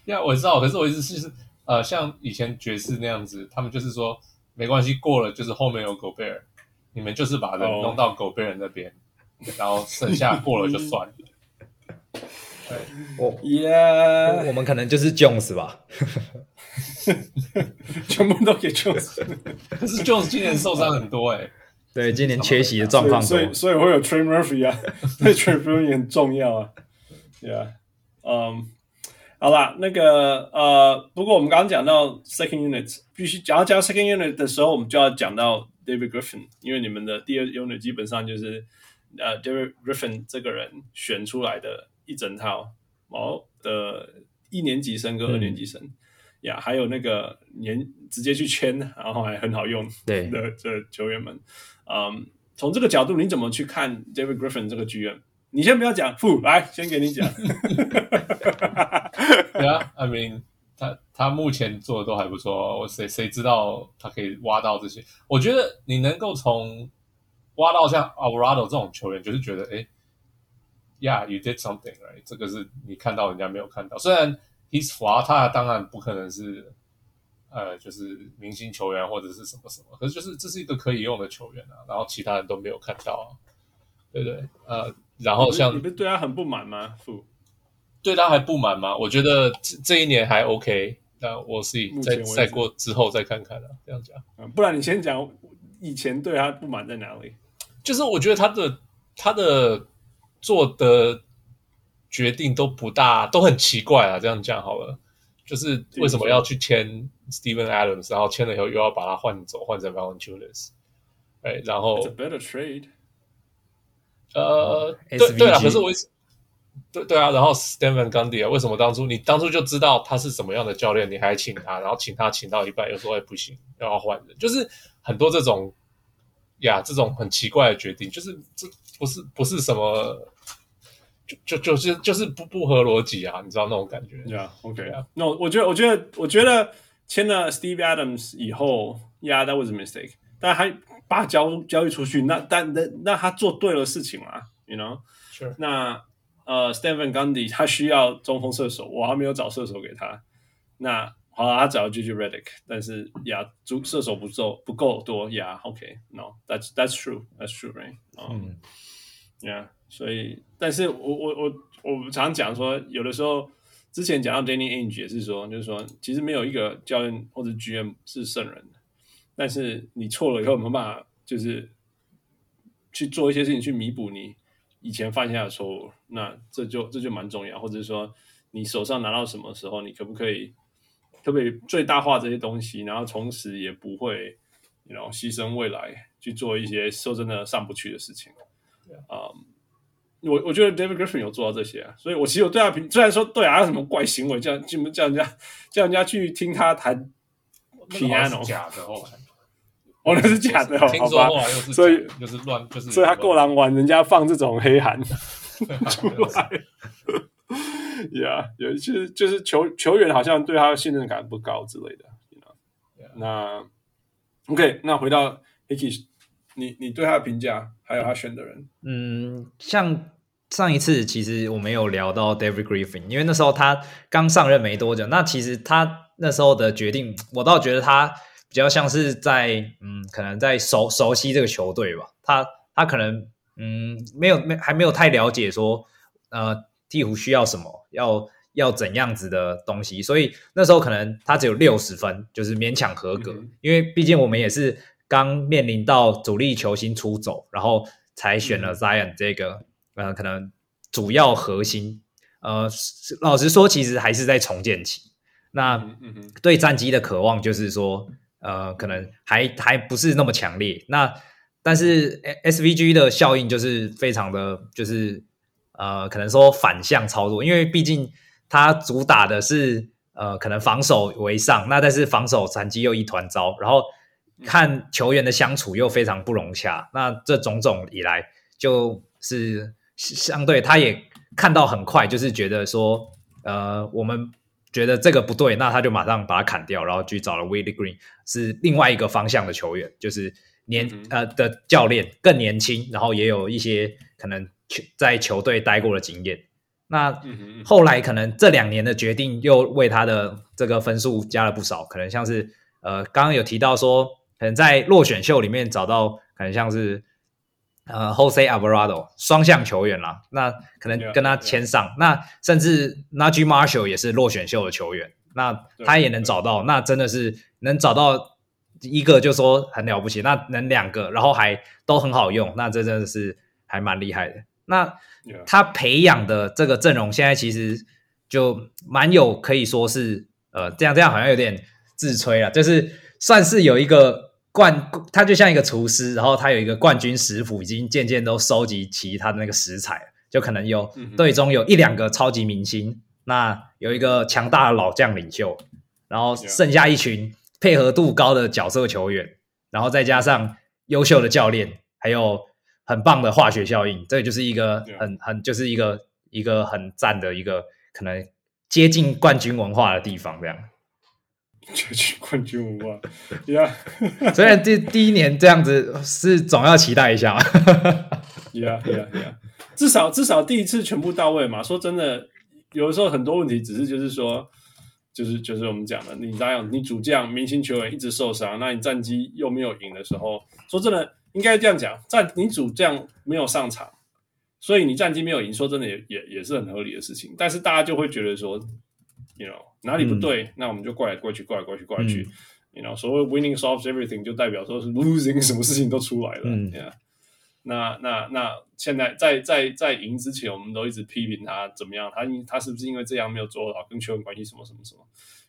呀，我知道，可是我意思是就是，呃，像以前爵士那样子，他们就是说没关系，过了就是后面有狗贝尔，你们就是把人
哦
弄到狗贝尔那边，然后剩下过了就算了。
我
Yeah，
我们可能就是 Jones 吧，
全部都给 Jones，
可是 Jones 今年受伤很多哎、
对，今年缺席的状况多
所以所以所以会有 Trey Murphy 啊，对 Trey Murphy 很重要啊。Yeah，嗯、好啦，那个呃，不过我们刚刚讲到 second unit，必须讲到讲到 second unit 的时候，我们就要讲到 David Griffin，因为你们的第二 unit 基本上就是呃 David Griffin 这个人选出来的一整套毛的一年级生跟二年级生。呀还有那个年直接去签，然后还很好用
对
的这球员们，嗯，从这个角度你怎么去看 David Griffin 这个剧院？你先不要讲，傅来先给你讲。
对啊，I mean，他他目前做的都还不错哦，我谁谁知道他可以挖到这些？我觉得你能够从挖到像 Alvarado 这种球员，就是觉得哎，Yeah，you did something，right？这个是你看到人家没有看到。虽然 he's 滑，他当然不可能是呃，就是明星球员或者是什么什么，可是就是这是一个可以用的球员啊，然后其他人都没有看到、啊，对不对？呃，然后像
你不是对他很不满吗？傅，
对他还不满吗？我觉得这这一年还 OK，那我是
目前
再
为止
再过之后再看看了、这样讲，
嗯不然你先讲以前对他不满在哪里？
就是我觉得他的他的做的决定都不大，都很奇怪啊。这样讲好了，就是为什么要去签 Steven Adams，然后签了以后又要把他换走，换成 Valanciunas，哎，然后
It's a better trade。
呃，
SVG
对对啊，可是我一直对对啊，然后 Stephen Gundy 啊，为什么当初你当初就知道他是什么样的教练，你还请他，然后请他请到一半又说哎不行，要换人，就是很多这种呀这种很奇怪的决定，就是这不是不是什么。就就就是就是不不合逻辑啊，你知道那种感觉。
Yeah，OK
Yeah.。
那我觉得，我觉得，我觉得签了 Steve Adams 以后，Yeah，that was a mistake。但还把他交交易出去，那但那那他做对了事情啦，you know。
Sure
那呃，Stephen Gundy 他需要中锋射手，我还没有找射手给他。那好啦，他找了 Gigi Redick，但是呀，足射手不够不够多呀。OK，No，that's、that's true，that's true，right？、
嗯
，Yeah，所以，但是我我我我常讲说，有的时候之前讲到 Danny Ainge 也是说，就是说，其实没有一个教练或者 GM 是圣人的，但是你错了以后，有没有办法就是去做一些事情去弥补你以前犯下的错误？那这就这就蛮重要，或者是说你手上拿到什么时候，你可不可以可不可以最大化这些东西，然后同时也不会然后牺牲未来去做一些说真的上不去的事情。我我觉得 David Griffin 有做到这些、啊，所以我其实我对他评，虽然说对啊，他有什么怪行为，叫叫叫人家叫人家去听他弹
那个好像是
Piano
假的，后来
哦，那是假的哦，
听
好
说
吧
后？来又是
所以
假的就是乱，就是
所以他过来玩，人家放这种黑函
出来，
，Yeah，有其实就是球球员好像对他的信任感不高之类的，you know
Yeah.
那 OK，那回到 Hickey，你你对他的评价，还有他选的人，
嗯，像上一次其实我们有聊到 David Griffin，因为那时候他刚上任没多久，那其实他那时候的决定，我倒觉得他比较像是在嗯，可能在熟熟悉这个球队吧，他他可能嗯没有没还没有太了解说呃鹈鹕需要什么，要要怎样子的东西，所以那时候可能他只有六十分，就是勉强合格，
嗯
因为毕竟我们也是刚面临到主力球星出走，然后才选了 Zion 这个、呃可能主要核心，呃是老实说，其实还是在重建期，
啊
那。
嗯嗯哼，
对战机的渴望就是说，呃，可能还还不是那么强烈。那但是 S V G 的效应就是非常的，就是呃，可能说反向操作，因为毕竟它主打的是呃，可能防守为上，那但是防守战绩又一团糟，然后看球员的相处又非常不融洽，那这种种以来就是相对他也看到很快，就是觉得说，呃，我们觉得这个不对，那他就马上把它砍掉，然后去找了 Willie Green，是另外一个方向的球员，就是年、呃的教练更年轻，然后也有一些可能球在球队待过的经验。那
嗯
后来可能这两年的决定又为他的这个分数加了不少，可能像是呃刚刚有提到说，可能在落选秀里面找到可能像是呃 Jose Alvarado 双向球员啦，那可能跟他签上那甚至 Najee Marshall 也是落选秀的球员，那他也能找到，那真的是能找到一个就说很了不起，那能两个，然后还都很好用，那这真的是还蛮厉害的。那
Yeah.
他培养的这个阵容，现在其实就蛮有可以说是呃，这样这样好像有点自吹了，就是算是有一个冠，他就像一个厨师，然后他有一个冠军食谱，已经渐渐都收集齐他的那个食材了，就可能有队中有一两个超级明星，那有一个强大的老将领袖，然后剩下一群配合度高的角色球员，然后再加上优秀的教练，还有很棒的化学效应，这就是一个
啊
Yeah.
很很就是一个一个很赞的一个可能接近冠军文化的地方。 这样，
就去冠军舞啊，Yeah
虽然这第一年这样子是总要期待一下嘛。
Yeah Yeah Yeah，
至少至少第一次全部到位嘛。说真的，有的时候很多问题只是就是说，就是就是我们讲的，你哪有你主将明星球员一直受伤，那你战绩又没有赢的时候，说真的，应该这样讲，战你主将没有上场，所以你战绩没有赢，说真的也也也是很合理的事情。但是大家就会觉得说，you know 哪里不对，那我们就怪来怪去，怪来怪去，怪来去。
嗯
You know，所谓 winning solves everything，就代表说是 losing 什么事情都出来了。
嗯
yeah. 那那那现在在在在赢之前，我们都一直批评他怎么样，他因他是不是因为这样没有做好跟球员关系什么什么什么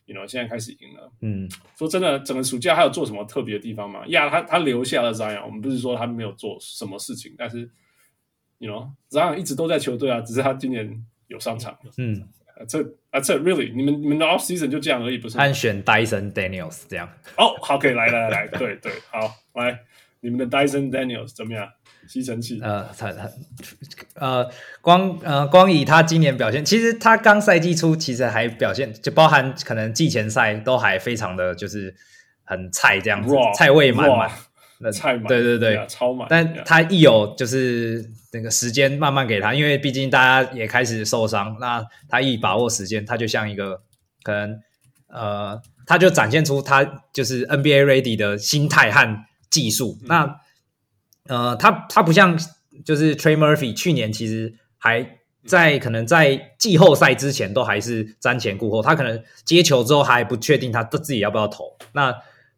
？You know，现在开始赢了。
嗯
说真的，整个暑假还有做什么特别的地方吗？呀，他他留下了 Zion，我们不是说他没有做什么事情，但是，you know，Zion 一直都在球队啊，只是他今年有上场。
嗯，
啊，这啊这 really，你们你们的 off season 就这样而已，不是吗？
安选 Dyson Daniels 这样。
哦，好，可以来来来来，对对，好来，你们的 Dyson Daniels 怎么样？吸尘器，
呃，他他呃，光呃光以他今年表现，其实他刚赛季初其实还表现，就包含可能季前赛都还非常的就是很菜这样子
Raw，
菜味满
raw，
满，那
菜满，
对对对。
啊超满，
但
呀
他一有就是那个时间慢慢给他，因为毕竟大家也开始受伤，那他一把握时间，他就像一个可能呃，他就展现出他就是 NBA ready 的心态和技术。
嗯
那呃，他他不像就是 Trey Murphy 去年其实还在可能在季后赛之前都还是瞻前顾后，他可能接球之后还不确定他自己要不要投。那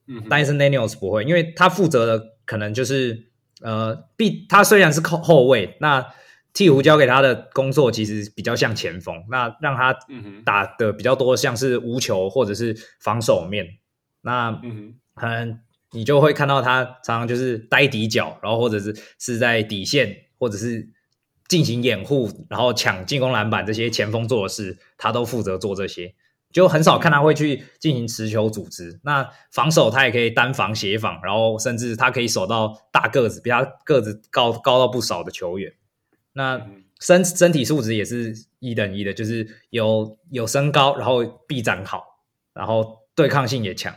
嗯
Dyson Daniels 不会，因为他负责的可能就是呃，必他虽然是后后卫，那鹈鹕交给他的工作其实比较像前锋，那让他
嗯
打的比较多像是无球或者是防守面，那
嗯
可能你就会看到他常常就是呆底角，然后或者是是在底线，或者是进行掩护，然后抢进攻篮板这些前锋做的事，他都负责做这些，就很少看他会去进行持球组织。那防守他也可以单防协防，然后甚至他可以守到大个子，比他个子高高到不少的球员。那
嗯
身身体素质也是一等一的，就是有有身高，然后臂展好，然后对抗性也强。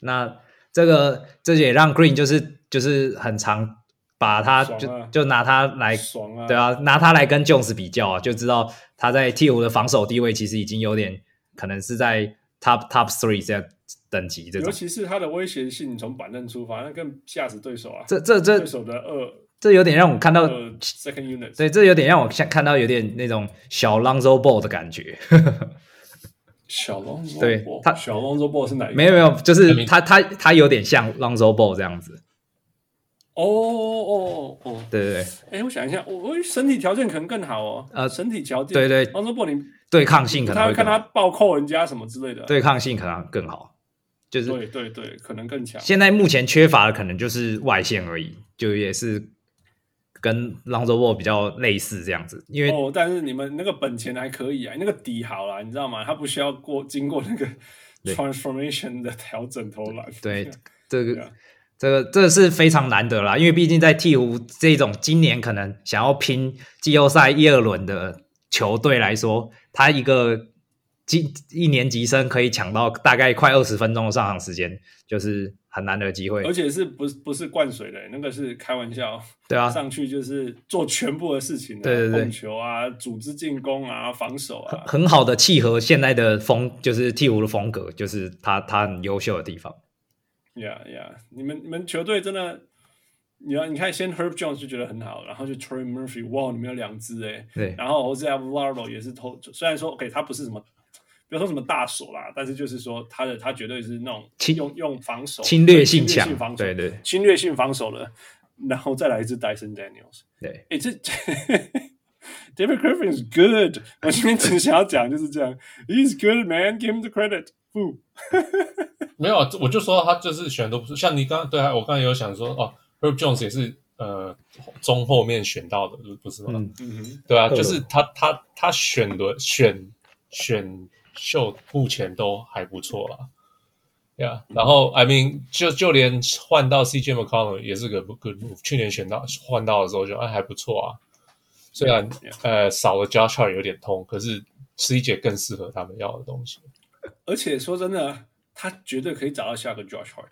那这
嗯
个这也让 Green 就是就是很常把他
爽啊
就就拿他来
哎，爽啊！
对啊，拿他来跟 Jones 比较啊，就知道他在鹈鹕的防守地位其实已经有点可能是在 top top three 这样等级这
哼，尤
种。
其是他的威胁性从板凳出发，那更吓死对手啊！
这这这
对手的二
这有点让我看到，
二 second unit，
对，这有点让我像看到有点那种小 Lonzo Ball 的感觉。
哎小龙罗
对
伯
他
小龙罗伯是哪一个？
没有没有，就
还
是
没
他他他有点像 Lonzo Ball 这样子。
哦哦哦哦，
对对对，
哎，我想一下，我我身体条件可能更好哦，
呃
身体条件，
对对
王卓博你
对抗性可能
他
会
会看
更
他
好，
暴扣人家什么之类的，啊
对抗性可能更好。就是
对啊对对，可能更强。
现在目前缺乏的可能就是外线而已，就也是跟 Lonzo Ball 比较类似这样子，因为
哦，但是你们那个本钱还可以啊，那个底好啦，你知道吗？它不需要过经过那个
对
transformation 的调整投篮。
对， 这
对
个
啊
这个这是非常难得啦，因为毕竟在鹈鹕这种今年可能想要拼季后赛一二轮的球队来说，他一个级一年级生可以抢到大概快二十分钟的上场时间，就是很难得的机会
而。且是不是不是灌水的，那个是开玩笑，
对啊，
上去就是做全部的事情的，
对对对
控球啊，组织进攻啊，防守 啊，
很好的契合现在的风，就是鹈鹕的风格，就是他他很优秀的地方。
呀呀，你们你们球队真的，你要你看先 Herb Jones 就觉得很好，然后就 Trey Murphy，哇，你们有两支哎，
对，
然后 Jose Alvarado 也是投，虽然说 OK 他不是什么，不要说什么大手啦，但是就是说他的他绝对是那种
侵
用用防守
侵略性
侵略
强
性防，守
对对
侵略性防守了，然后再来一支 Dyson Daniels，
对，
哎，这 David Griffin is good，我 今天只想要讲就是这样，He's good man，give him the credit，不，
没有，啊我就说他就是选都不是，像你刚刚对啊，我刚才有想说哦，Herb Jones 也是呃中后面选到的，不是吗？
嗯，
嗯哼，
对啊，
对
就是他他他选的选选秀目前都还不错啦。对啊，
嗯
然后 I mean 就就连换到 CJ McCollum 也是个 good move，去年选到换到的时候就哎还不错啊，虽然
嗯 Yeah.
呃少了 Josh Hart 有点痛，可是 CJ 更适合他们要的东西。
而且说真的，啊他绝对可以找到下个 Josh Hart，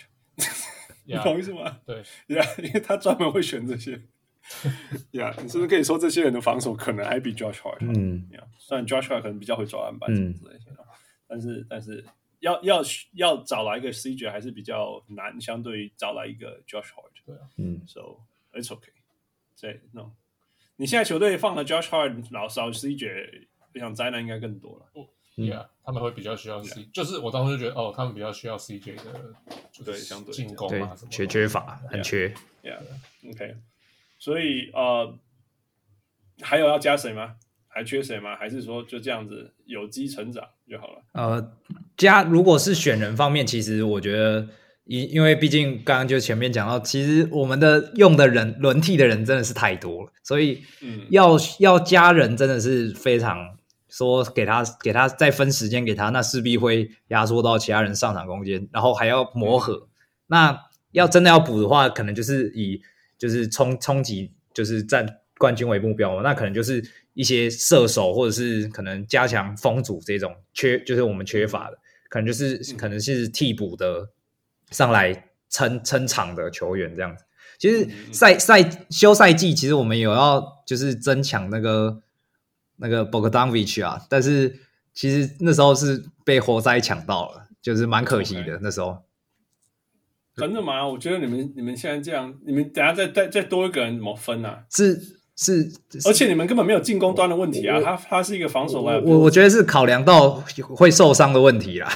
你
Yeah，
同意是吗？
对，
呀因为他专门会选这些。呀你是不是可以说这些人的防守可能还比 Josh Hart？好
嗯，
Yeah，虽然 Josh Hart 可能比较会抓篮板
嗯
什么之类的，但是但是要要要找来一个 CJ 还是比较难，相对于找来一个 Josh Hart。对啊，
嗯
，So it's okay。对，No，你现在球队放了 Josh Hart，老少 CJ，我想灾难应该更多了。
Yeah，他们会比较需要 C，就是我当时就觉得哦，他们比较需要 CJ 的，就是
对相对
进攻
对
啊什么，的
缺缺乏，很缺。
Yeah，OK，、所以呃，还有要加谁吗？还缺谁吗？还是说就这样子有机成长就好了？
呃，加如果是选人方面，其实我觉得，因因为毕竟刚刚就前面讲到，其实我们的用的人轮替的人真的是太多了，所以
嗯
要、要加人真的是非常说给他给他再分时间给他，那势必会压缩到其他人上场空间，然后还要磨合。那要真的要补的话，可能就是以就是冲冲击就是占冠军为目标嘛，那可能就是一些射手或者是可能加强封阻这种缺，就是我们缺乏的，可
嗯
能就是可能是替补的上来撑撑场的球员这样子。其
嗯
实赛赛休赛季，其实我们有要就是增强那个那个 Bogdanovich 啊，但是其实那时候是被活塞抢到了，就是蛮可惜的。那时候
真的吗？我觉得你们你们现在这样，你们等下再再再多一个人怎么分啊？
是是，
而且你们根本没有进攻端的问题啊，他他是一个防守来
我我我觉得是考量到会受伤的问题啦。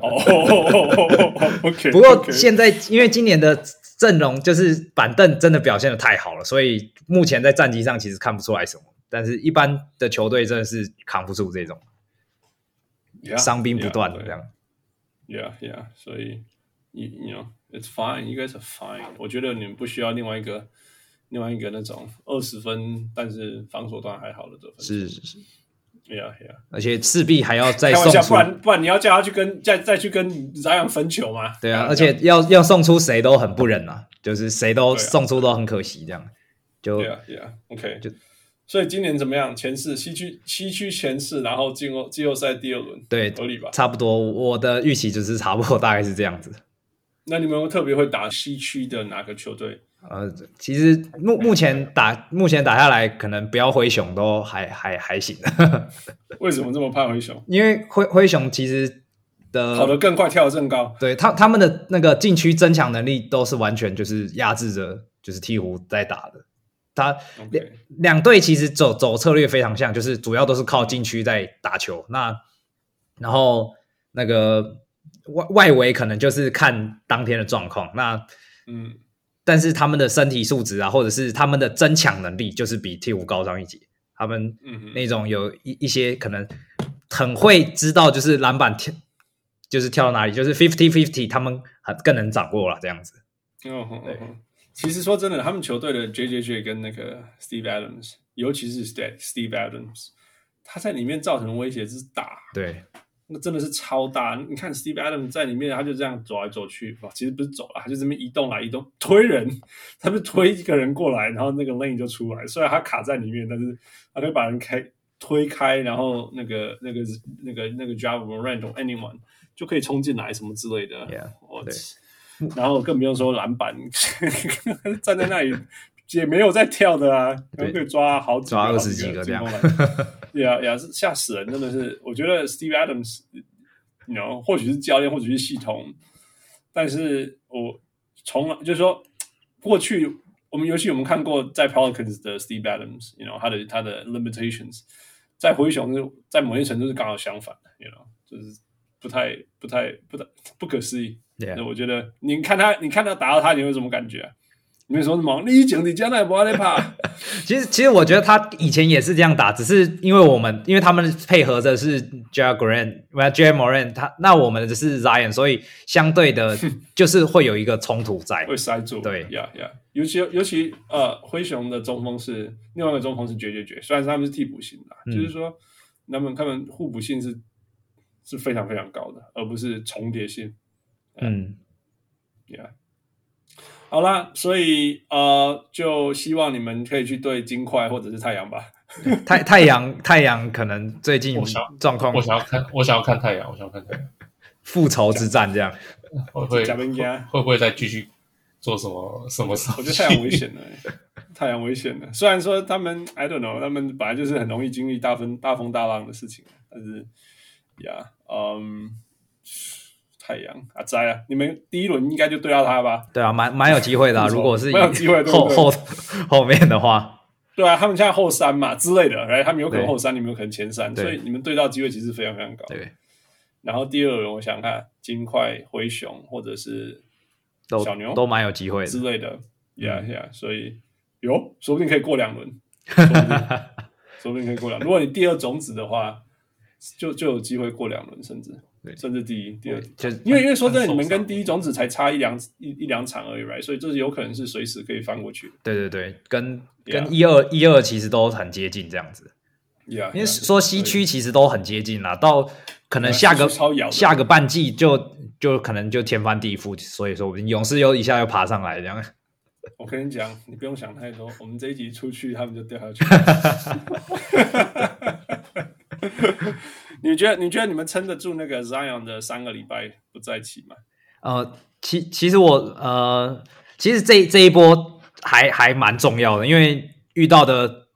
哦 哦，OK。
不过现在因为今年的阵容就是板凳真的表现的太好了，所以目前在战绩上其实看不出来什么。但是一般的球队真的是扛不住这种伤兵不断的这样。
Yeah, yeah. 所以，you you know, it's fine. You guys are fine. 我觉得你们不需要另外一个另外一个那种二十分，但是防守端还好的得分。
是是是，
，Yeah, yeah.
而且势必还要再
开玩
送
笑，
出
不，然不然你要叫他去跟再再去跟翟阳分球吗？
对啊，而且要要送出谁都很不忍啊，就是谁都
对啊
送出都很可惜这样。就
，Yeah, yeah. OK.
就
所以今年怎么样？前四西区西区前四，然后进欧季后赛第二轮，
对
合理吧？
差不多，我的预期就是差不多大概是这样子。
那你们特别会打西区的哪个球队？
呃，其实目目前打目前打下来，可能不要灰熊都还还还行，
为什么这么怕灰熊？
因为灰灰熊其实的
跑得更快，跳得更高。
对他他们的那个禁区增强能力都是完全就是压制着就是鹈鹕在打的。他
OK，
两两队其实走走策略非常像，就是主要都是靠禁区在打球。那然后那个外外围可能就是看当天的状况。那
嗯，
但是他们的身体素质啊，或者是他们的争抢能力，就是比 T 五高上一截。他们
嗯哼
那种有一一些可能很会知道，就是篮板跳，就是跳到哪里，就是 fifty fifty，他们很更能掌握了这样子。
哦吼，哦吼其实说真的，他们球队的 J J J 跟那个 Steve Adams，尤其是 Ste- Steve Adams，他在里面造成的威胁之大，
对，
那真的是超大。你看 Steve Adams 在里面，他就这样走来走去，哇，其实不是走了，他就这么移动来移动，推人，他们推一个人过来，然后那个 lane 就出来。虽然他卡在里面，但是他就把人开推开，然后那个那个那个那个 Java random anyone 就可以冲进来什么之类的。
Yeah，
我
对
然后更不用说篮板， 站在那里也没有在跳的啊，
对
可以抓好几
抓
好
20几个这样
进攻篮板。对啊，呀，是吓死人，真的是。我觉得 Steve Adams，你 you know, 或许是教练，或许是系统，但是我从来就是说，过去我们尤其我们看过在 Pelicans 的 Steve Adams，you know 他的他的 limitations，在灰熊是在某些程度是刚好相反的，you know 就是不太不太不太不可思议。
Yeah
那我觉得你看他，你看他打到他，你会有什么感觉、啊？你会说什么？你讲你将来不爱怕？
其实，其实我觉得他以前也是这样打，只是因为我们，因为他们配合的是 j a g r a n 不 j a m o r a n 他那我们的是 Zion，所以相 对的就是会有一个冲突在
会。塞住。
对
呀呀，尤其尤其呃，灰熊的中锋是另外一个中锋是绝绝绝，虽然他们是替补型的啊，
嗯
就是说他们他们互补性是是非常非常高的，而不是重叠性。
嗯，
Yeah，好啦，所以呃，就希望你们可以去对金块或者是太阳吧。
太太阳太阳可能最近
我想
状况
我想要看，我想要看太阳，我想要看太阳，
复仇之战这样。
我 会
加宾加
会不会再继续做什么什么事情？
我觉得太阳危险了、欸太阳危险了。虽然说他们 I don't know，他们本来就是很容易经历大风大风大浪的事情，啊但是呀，嗯、太阳啊，灾啊！你们第一轮应该就对到他吧？
对啊，蛮蛮有机会的啊、
复仇
如果是以
蛮有机会对
后
对
后后面的话，
对啊，他们现在后三嘛之类的，哎，他们有可能
对
后三，你们有可能前三，
对
所以你们对到机会其实非常非常高。
对，
然后第二轮，我想看金块、灰熊或者是
都
小牛
都蛮有机会
之
的。
类的，Yeah
嗯
Yeah，所以有，说不定可以过两 轮，说不定说不定可以过两轮。如果你第二种子的话，就就有机会过两轮，甚至
对
甚至第一、第二。
就
因为因为说真的，
很
你
受
们跟
伤
第一种子才差一两一一两场而已，right？所以这是有可能是随时可以翻过去的。
对对对，跟
Yeah
跟一二一二其实都很接近这样子。
Yeah，
因为
yeah
说西区其实都很接近啦，到可能下
对
个
西区超遥的
下个半季就就可能就天翻地覆，所以说我们勇士又一下又爬上来这样。
我跟你讲，你不用想太多。我们这一集出去，他们就掉下 去。你觉得你觉得你们撑得住那个 Zion 的三个礼拜不在起吗？
呃，其其实我呃，其实这这一波还还蛮重要的，因为遇到的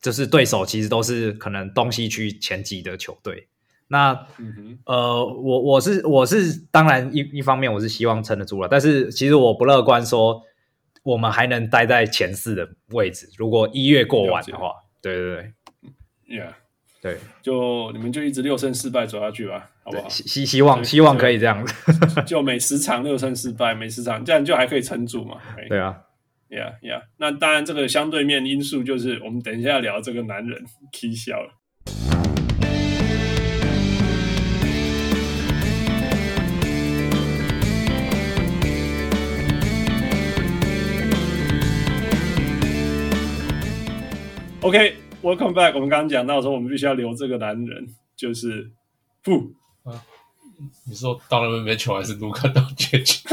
就是对手其实都是可能东西区前几的球队。那
嗯哼，
呃，我我是我是当然一一方面我是希望撑得住了，但是其实我不乐观说我们还能待在前四的位置。如果一月过完的话，对对对
Yeah，
对
就你们就一直六胜四败走下去吧，好不好
对，？希希希望希望可以这样子，
就每十场六胜四败，每十场这样就还可以撑住嘛。哎对
对啊，
Yeah, yeah。那当然，这个相对面因素就是我们等一下聊这个男人 K 笑了。OK, welcome back。我们刚刚讲到说，我们必须要留这个男人，就是不，
你说 Donovan Mitchell 还是 Luka Doncic？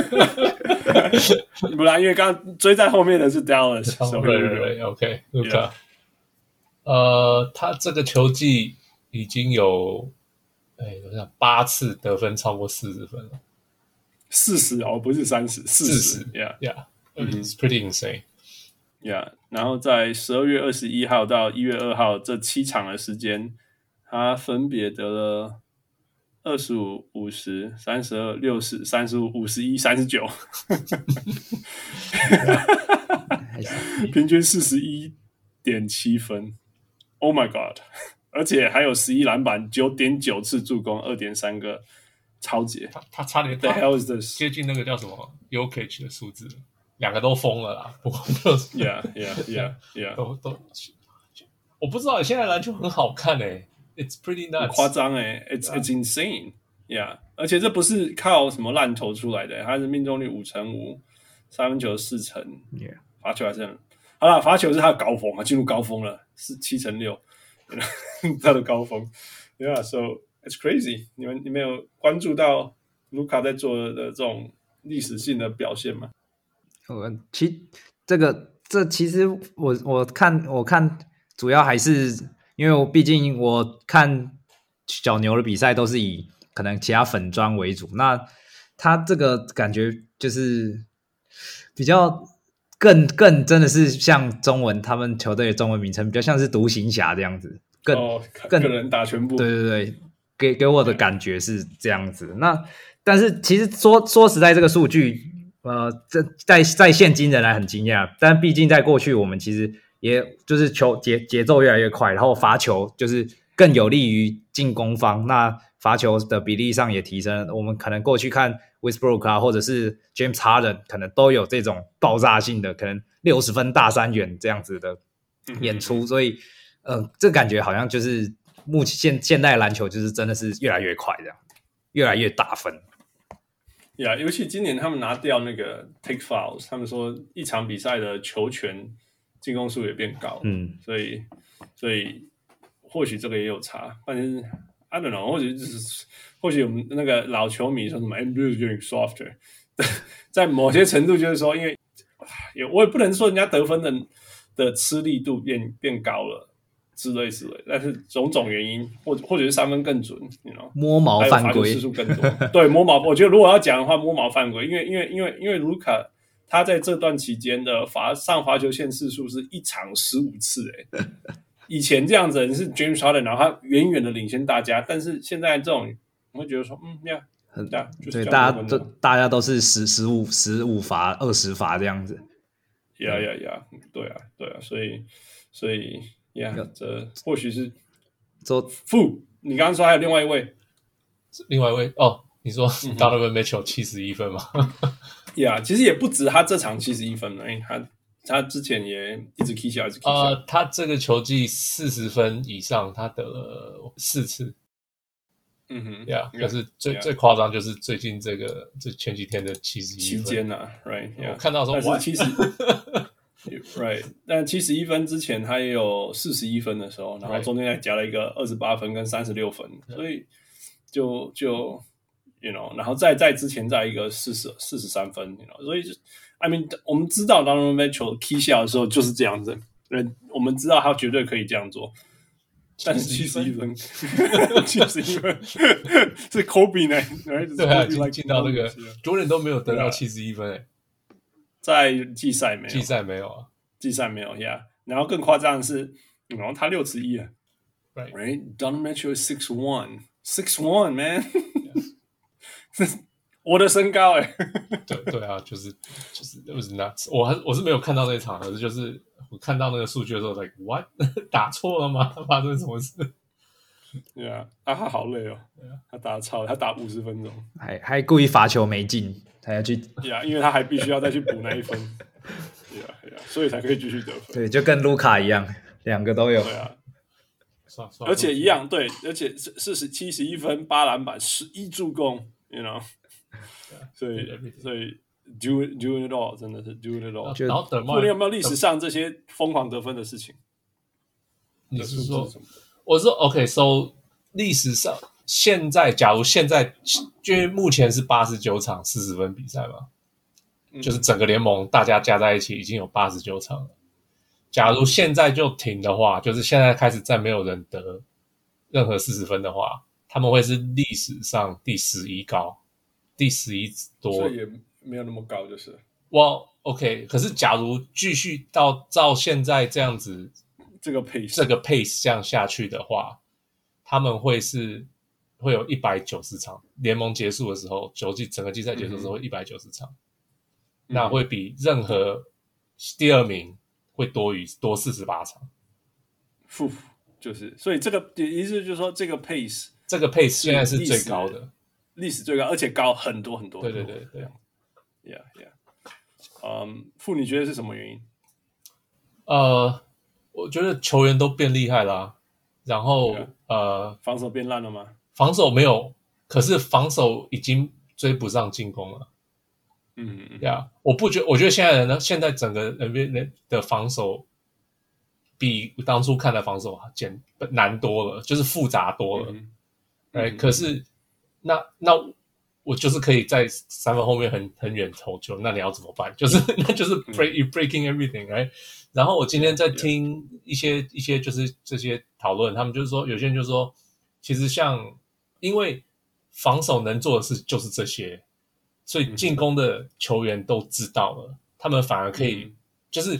不然因为刚刚追在后面的是 Dallas，所以
对对对，OK，Luka。呃，他这个球季已经有，哎，我想八次得分超过四十分了
四十哦，不是三十，四十
40
，Yeah。嗯
，Yeah，it's pretty insane。
Yeah，然后在十二月二十一号到一月二号这七场的时间，他分别得了二十五、五十、三十二、六十、三十五、五十一、三十九， 平均四十一点七分。Oh my god！而 且还有十一篮板、九点九次助攻、二点三个超截。
他他差点
The hell is this？
接近那个叫什么 u k i c 的数字了，两个都疯了啦。不过都是
Yeah, yeah, yeah, yeah，
都都，我不知道现在篮球很好看诶、i t s pretty
很夸
nuts。
张哎，It's It's insane。Yeah，而且这不是靠什么烂投出来的，他是命中率五成五，三分球四成，
Yeah
罚球还是很好啦，罚球是他的高峰啊，进入高峰了，是七成六， 他的高峰。Yeah，so it's crazy。你们你们有关注到卢卡在做的这种历史性的表现吗？
我其这个这其实我我看我看主要还是因因为我毕竟我看小牛的比赛都是以可能其他粉砖为主，那他这个感觉就是比较更更真的是像中文他们球队的中文名称比较像是独行侠这样子，更、
哦，个
更
人打全部，
对对对，给给我的感觉是这样子。那但是其实说说实在，这个数据，呃，这在在现今仍然很惊讶。但毕竟在过去，我们其实也就是球节节奏越来越快，然后罚球就是更有利于进攻方。那罚球的比例上也提升了。我们可能过去看 Westbrook 啊，或者是 James Harden，可能都有这种爆炸性的，可能六十分大三元这样子的演出。所以，呃，这感觉好像就是目前现现代篮球就是真的是越来越快，这样越来越大分。
呀尤其今年他们拿掉那个 take fouls，他们说一场比赛的球权进攻数也变高，
嗯，
所以所以或许这个也有差，但是 I don't know，或许就是或许我们那个老球迷说什么 NBA is getting softer，在某些程度就是说，因为唉也我也不能说人家得分的的吃力度变变高了。之类之类，但是种种原因，或者或者是三分更准，你知道。
摸毛
还有
犯
罚球
规
次，数更多。对，摸毛，我觉得如果要讲的话，摸毛犯规，因为因为因为因为卢卡他在这段期间的罚上罚球线次数是一场十五次、欸，以前这样子的人是 James Harden，然后他远远的领先大家，但是现在这种，我会觉得说，嗯，呀、yeah,，
很
对啊就是
对，
这样
大
的
家
温
都
度
大家都是十十五十五罚二十罚这样子，
呀呀呀，对啊，对啊，所以所以呀
要
这或许是
说
负。你刚刚说还有另外一位
另外一位哦，你说
嗯
Donovan Mitchell 七十一分吗？
呀其实也不止他这场七十一分了，因为他他之前也一直 K 下，一直 K 下。
呃，他这个球季四十分以上，他得了四次，
嗯哼，
对啊，可是最
yeah
最夸张就是最近这个这前几天的七十一
期
分，
间呐，right？
我看到的
但
时候
是
哇，
七 十 ，right？但七十一分之前他也有四十一分的时候，然后
Right
中间还夹了一个二十八分跟三十六分，所以就就 you know，然后再在之前再一个四十四十三分，you know，所以就 I mean，我们知道当 o n Mitchell key 下的时候就是这样子，人我们知道他绝对可以这样做。但是七十一
71
分，七十一分 是 Kobe 呢？right？
对啊，
Kobe
已经
like
进到那个
numbers，yeah
Jordan 都没有得
对啊
到七十一分，哎，
在季赛没有，
季赛没有啊，
季赛没有，Yeah。然后更夸张的是，然后他六尺一啊
Right
，Right，Don Mitchell six one，six one man，这是 我的身高 哎、
对对啊，就是就是 it was nuts，我还我是没有看到那场的，可是就是我看到那个数据的时候，like what 打错了吗？发生什么事？
对啊，啊他好累哦，他打超，他打五十分钟
还还故意罚球没进，还要去
，Yeah，因为他还必须要再去补那一 分，Yeah Yeah，所以才可以继续得分。
对，就跟卢卡一样，两个都有
对。啊，
算了算了
而且一样对，而且是四十七十一分，八篮板，十一助攻，You know，所 以
did everything
所以 do doing it all 真的是 doing it all，
然后
就
然后等
库里有没有历史上这些疯狂得分的事情？
你是说
什么？
我是说 OK，so、历史上现在，假如现在因为目前是八十九场四十分比赛嘛，
嗯
就是整个联盟大家加在一起已经有八十九场了。假如现在就停的话，就是现在开始再没有人得任何四十分的话，他们会是历史上第十一高，第十一多
所以也没有那么高，就是
哇。OK，可是假如继续到照现在这样子
这个 pace
这个 pace 这样下去的话，他们会是会有一百九十场联盟结束的时候，球季整个季赛结束的时候一百九十场，那会比任何第二名会多于多四十八场。
负就是，所以这个意思就是说，这个 pace
这个 pace 现在是最高的，
历史最高，而且高很多很多。
对对对对。
，Yeah Yeah。嗯，负你觉得是什么原因？
呃，我觉得球员都变厉害啦、然后
Yeah
呃，
防守变烂了吗？
防守没有，可是防守已经追不上进攻了。
嗯嗯
呀我不觉，我觉得现在人呢，现在整个 NBA 的防守比当初看的防守简难多了，就是复杂多了。
嗯
哎、
嗯
可是那那我就是可以在
嗯
三分后面很很远投球，那你要怎么办？就是那就是 break you breaking everything，哎、然后我今天在听一些一些就是这些讨论，他们就是说，有些人就说，其实像因为防守能做的事就是这些，所
嗯
以进攻的球员都知道了，他们反而可以、
嗯
就是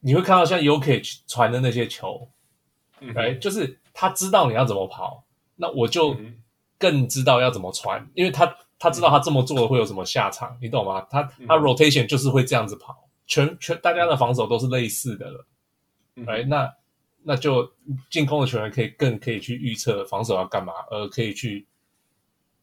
你会看到像 u k 传的那些球，
嗯嗯
哎、就是他知道你要怎么跑，那我就更知道要怎么传，因为他他知道他这么做会有什么下场，你懂吗？他
嗯
他 rotation 就是会这样子跑，全全大家的防守都是类似的了，
嗯
哎、那那就进攻的球员可以更可以去预测防守要干嘛，呃，可以去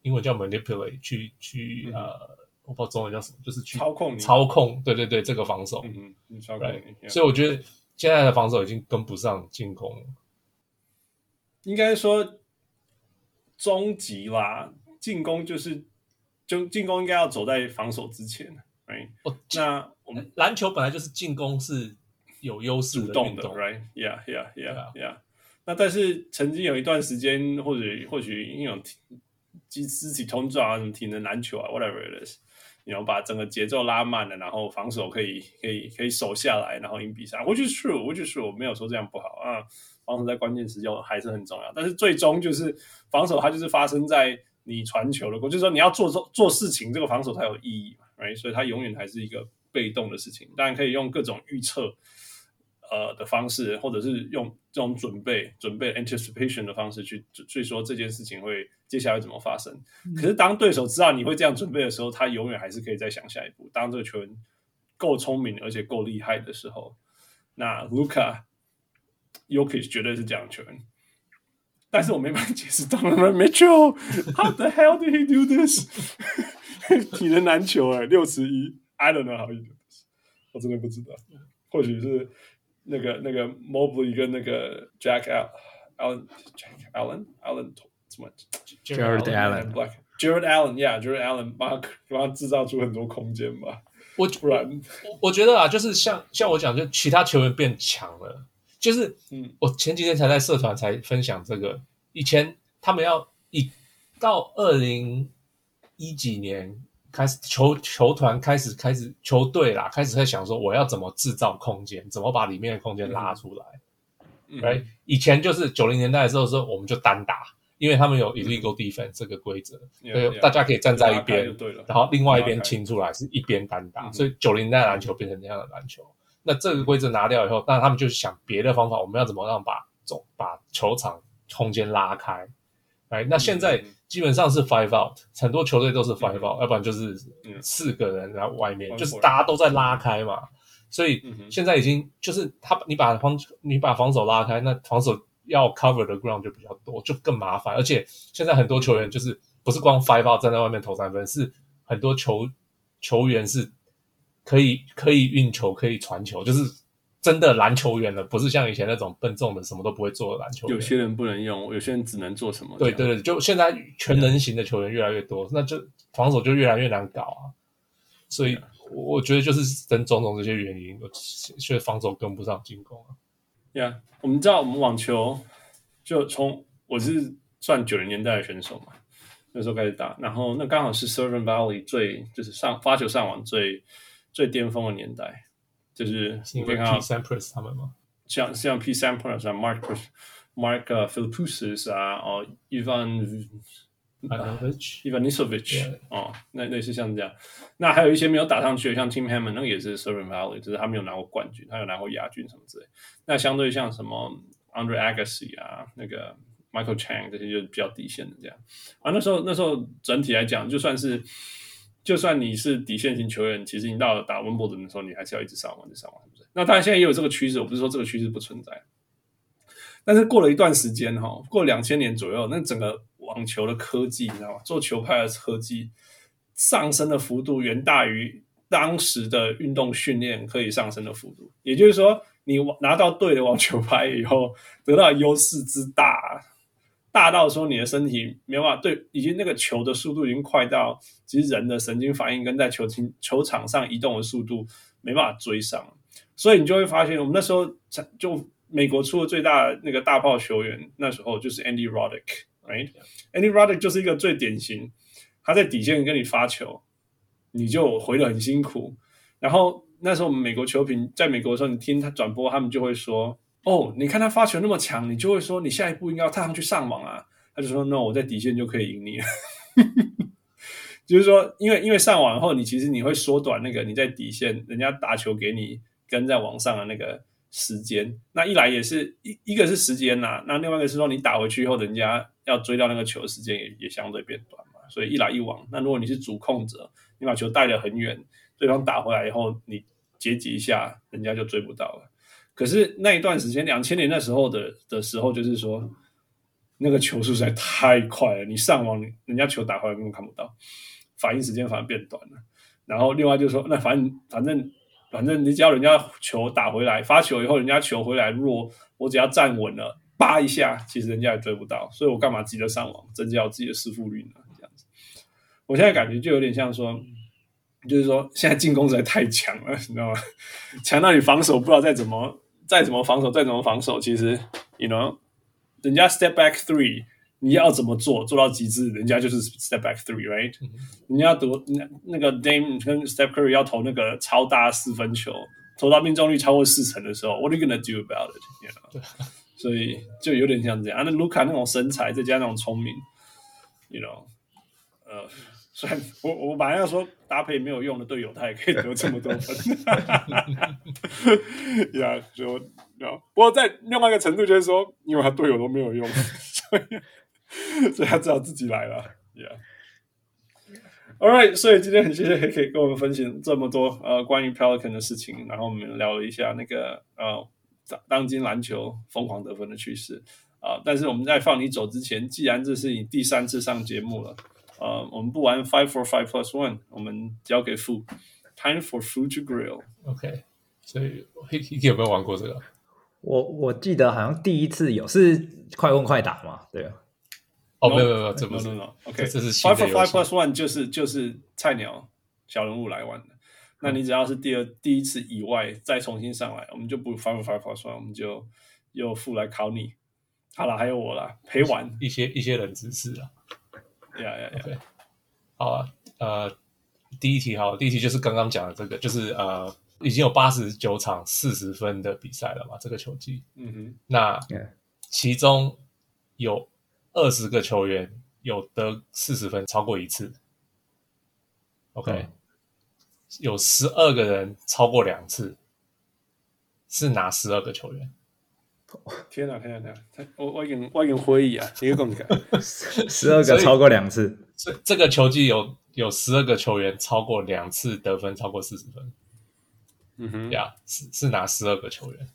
英文叫 manipulate，去去呃，我不知道中文叫什么，就是去
嗯操控你
操控，对对对，这个防守，
嗯哼，你稍
Right，
等一下
所以我觉得现在的防守已经跟不上进攻了。
应该说终极啦，进攻就是就进攻应该要走在防守之前，right？
哦，
那我们
篮球本来就是进攻是有优势
主
的
动啊
运
的
动啊
，right？Yeah，yeah，yeah，yeah。那但是曾经有一段时间，或者或许因为肢肢体碰撞啊，什么体能篮球啊，whatever it is，你要把整个节奏拉慢了，然后防守可以可以可以守下来，然后赢比赛。我就 true，我就 true，我没有说这样不好啊。防守在关键时间还是很重要，但是最终就是防守，它就是发生在你传球的过程，就是说你要做做做事情，这个防守才有意义嘛，right？所以它永远还是一个被动的事情。当然可以用各种预测，呃的方式，或者是用这种准备、准备 anticipation 的方式去去说这件事情会接下来怎么发生。可是当对手知道你会这样准备的时候，他永远还是可以再想下一步。当这个球员够聪明而且够厉害的时候，那卢卡、y o k i 绝对是这样的球员。但是我没办法解释，Donovan Mitchell，How the hell did he do this？体能篮球哎、六十一，I don't know how he do this，我真的不知道。或许是那个那个 Mobley 跟那个 Jack Al- Allen Jack Allen Allen 怎么
Jared Allen
Black Jared Allen，yeah，Jared Allen 帮他帮他制造出很多空间吧，
我
不然
我我觉得啊，就是像像我讲，就其他球员变强了，就是
嗯
我前几天才在社团才分享这个，以前他们要一到二零一几年开始球球团开始开始球队啦，开始在想说我要怎么制造空间，怎么把里面的空间拉出来。
嗯
right？以前就是九零年代的时候，说我们就单打，因为他们有 illegal defense 这个规则，
Yeah,
所以
yeah
大家可以站在一
就拉开就
边
对了，
然后另外一
拉
边
开
清出来是一边单打，
嗯
所以九零代篮球变成那样的篮球。那这个规则拿掉以后，那他们就想别的方法，我们要怎么让把总把球场空间拉开？哎，那现在
嗯
基本上是 five out，很多球队都是 five out，、要不然就是
嗯
四个人然后外面，
One
就是
forward
大家都在拉开嘛。所以
嗯哼
现在已经就是他，你把防你把防守拉开，那防守要 cover 的 ground 就比较多，就更麻烦。而且现在很多球员就是不是光 five out 站在外面投三分，是很多球球员是可以可以运球、可以传球，就是真的篮球员了，不是像以前那种笨重的什么都不会做的篮球员。
有些人不能用，有些人只能做什么？
对对对，就现在全能型的球员越来越多，那就防守就越来越难搞啊。所
啊
以我我觉得就是等种种这些原因，我所以防守跟不上进攻啊。
呀我们知道我们网球就从我是算九零年代的选手嘛，那时候开始打，然后那刚好是 Servant Valley 最就是上发球上网最最巅峰的年代，就是
是
你啊
因
可
为
以
P
看到
Sampras 他们吗？
像像 P. Sampras 啊，Mark Mark 呃 Philippoussis 啊，哦，Ivan 嗯
啊 n o v i
Ivanisevic
Yeah.
哦，那类似像这样，那还有一些没有打上去的，像 Tim Hammond 那个也是 Servant Valley，就是他没有拿过冠军，他有拿过亚军什么之类。那相对像什么 Andre Agassi 啊，那个 Michael Chang 这些就是比较底线的这样。啊，那时候那时候整体来讲，就算是就算你是底线型球员，其实你到了打温布顿的时候，你还是要一直上网，一直上网，是不是？那当然现在也有这个趋势，我不是说这个趋势不存在，但是过了一段时间哈、过两千年左右，那整个网球的科技，你知道吗？做球拍的科技上升的幅度远大于当时的运动训练可以上升的幅度。也就是说，你拿到对的网球拍以后，得到的优势之大，大到说你的身体没办法对，已经那个球的速度已经快到，其实人的神经反应跟在球场球场上移动的速度没办法追上。所以你就会发现，我们那时候才就美国出的最大的那个大炮球员，那时候就是 Andy Roddick，right？Andy Roddick 就是一个最典型，他在底线跟你发球，你就回的很辛苦，然后那时候美国球评在美国的时候，你听他转播，他们就会说：“哦，你看他发球那么强，你就会说你下一步应该要踏上去上网啊。”他就说：“No，我在底线就可以赢你了。”就是说，因为因为上网后，你其实你会缩短那个你在底线人家打球给你跟在网上的那个时间。那一来也是一一个是时间呐、那另外一个是说你打回去以后，人家要追到那个球的时间也也相对变短嘛。所以一来一往，那如果你是主控者，你把球带得很远，对方打回来以后，你截击一下，人家就追不到了。可是那一段时间，两千年那时候的的时候，就是说那个球速实在太快了，你上网，你人家球打回来根本看不到，反应时间反而变短了。然后另外就是说，那反正反正反正你只要人家球打回来，发球以后人家球回来弱，我只要站稳了，叭一下，其实人家也追不到，所以我干嘛急着上网，增加我自己的失负率呢？这样子，我现在感觉就有点像说，就是说现在进攻实在太强了， 你知道吗？强到你防守不知道再怎么再怎么防守再怎么防守，其实 you know，人家 step back three。你要怎么做做到极致，人家就是 step back three，right？、人家读那那个 Dame 跟 Steph Curry 要投那个超大四分球，投到命中率超过四成的时候，What are you gonna do about it？You know? 所以就有点像这样。啊、那卢卡那种身材，再加上那种聪明，you know，呃，虽然我我本来要说搭配没有用的队友，他也可以得这么多分。
呀，就呀，不过在另外一个程度就是说，因为他队友都没有用，所以所以他只好自己来了。
Yeah. All right，所以今天很谢谢 h i c k 跟我们分享这么多呃关于 Pelican 的事情，然后我们聊了一下那个呃当当今篮球疯狂得分的趋势啊、呃但是我们在放你走之前，既然这是你第三次上节目了，呃，我们不玩 Five for Five Plus One，我们交给 Fu。Time for food to grill。
OK，所以 Hiki 有没有玩过这个？
我我记得好像第一次有是快问快答嘛，对吧？啊
哦，没有没有没有，这不
no
是
no no，OK，、
这是新
Five
的
for
游
Five
戏
Plus One 就是就是菜鸟小人物来玩的。那
嗯
你只要是第二第一次以外再重新上来，我们就不 Five for Five Plus One，我们就又复来考你。好了，还有我啦，陪玩，
一些一些冷知识啊。
呀呀呀，
好啊，呃，第一题好，第一题就是刚刚讲的这个，就是呃，已经有八十九场四十分的比赛了嘛，这个球季。
嗯哼，
那
Yeah
其中有二十个球员有得四十分超过一次，OK，、
嗯
有十二个人超过两次，是哪十二个球员？
天哪天哪天哪，他我我给你我给你挥议啊，你又跟我 们讲，
十二个超过两次，
这这个球季有有十二个球员超过两次得分超过四十分，
嗯哼，
呀、是是哪十二个球员？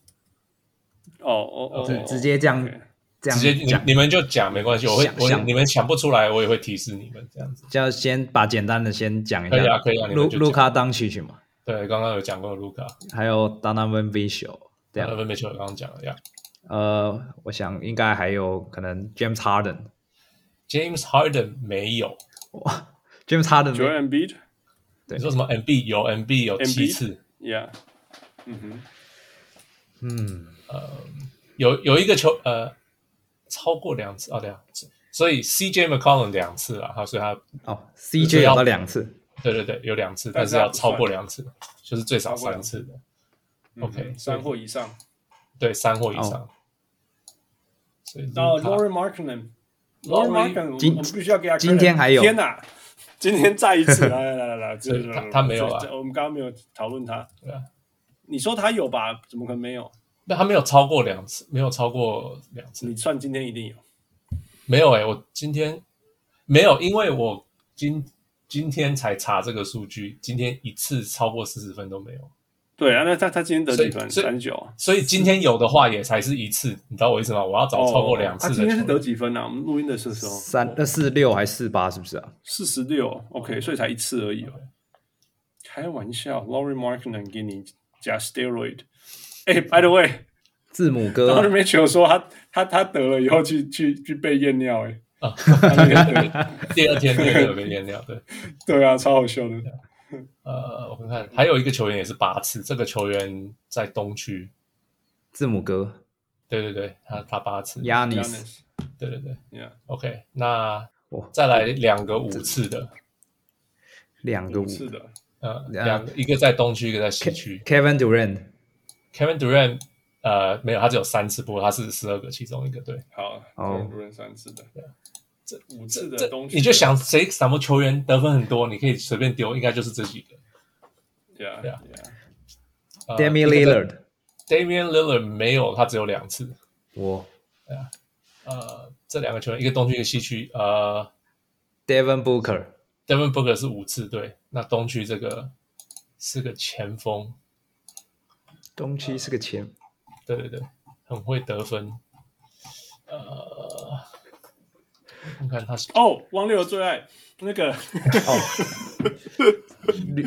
哦哦哦，
直直接这样
OK
这样
直接你
讲，
你们就讲没关系，我会
想
我
想
你们想不出来，我也会提示你们这样子。
就先把简单的先讲一
可以
下
啊，可以啊，你
卢
们就
卢
讲。
卡当曲曲嘛，
对，刚刚有讲过卢卡，
还有 Donovan v i s h o 这
呃，
样，
分别球刚刚讲了呀。
呃，我想应该还有可能 James Harden，James
James Harden 没有，
Harden
九 M B，
对
你说什么 MB 有 MB 有
Embiid
七次，
呀，嗯哼，
嗯，
有有一个球呃超过两次哦，两次，所以 CJ McCollum 两次啊，他所以他
哦
就
，CJ
啊
是要
有到两次，
对对对有两次，
但
但
是
是
他
要
不
超过
算
两次，就是最少
超过
三
两
次的，
嗯哼
OK，
三或以上，
对三或以
哦
上。所以
哦
Luka-
l a u r e Markman。罗
Laurie-
马梗，
今
我们必须要给他 credit。
今天还有
天哪！今天再一 次，来来来来来，这
对他他没有啊
这这我们刚刚没有讨论他。
对啊，
你说他有吧？怎么可能没有？
那他没有超过两次，没有超过两次
你，算今天一定有。
没有哎、我今天没有，因为我今今天才查这个数据，今天一次超过四十分都没有，
对啊，那他他今天得几分？
所以所以
三十九。啊
所以今天有的话也才是一次，你知道我意思吗？我要找超过两
他
次的球
哦今
员、
天是得几分啊？我们录音的时候
三呃四六还是四八是不是啊？
四十六，OK，所以才一次而已哦。开玩笑，Laurie Markman 给你加 steroid。哎，by the way，
字母
嗯
然后
哥
Mitchell 说他他他得了以后去去去被验尿，哎，
啊，
他那个得
第二天那个有被验尿，对，
对啊，超好笑的。
呃，我看看，还有一个球员也是八次，这个球员在东区，
字母哥
对对对，他他八次，
Yanis，
Giannis，
对对对
yeah，
，OK，那
哇，
再来两个五次的，
两个
五
五
次的，
呃，两个一个在东区，一个在西区。
Kevin Durant，
Kevin Durant 呃没有，他只有三次，不过他是十二个其中一个。对，
好，
哦
无人三次的，这五次
这
的东西，
你就想谁什么球员得分很多，你可以随便丢，应该就是这几个。
，Yeah
Yeah
Yeah。
呃
Damian
一个
Lillard，
在 Damian Lillard 没有，他只有两次。
我
呃，这两个球员，一个东区，一个西区。呃
Devin Booker，
，Devin Booker 是五次，对。那东区这个是个前锋，
东区是个前，
对对对，很会得分。呃，看看他是
哦，汪六的最爱那个，
哦
哦
绿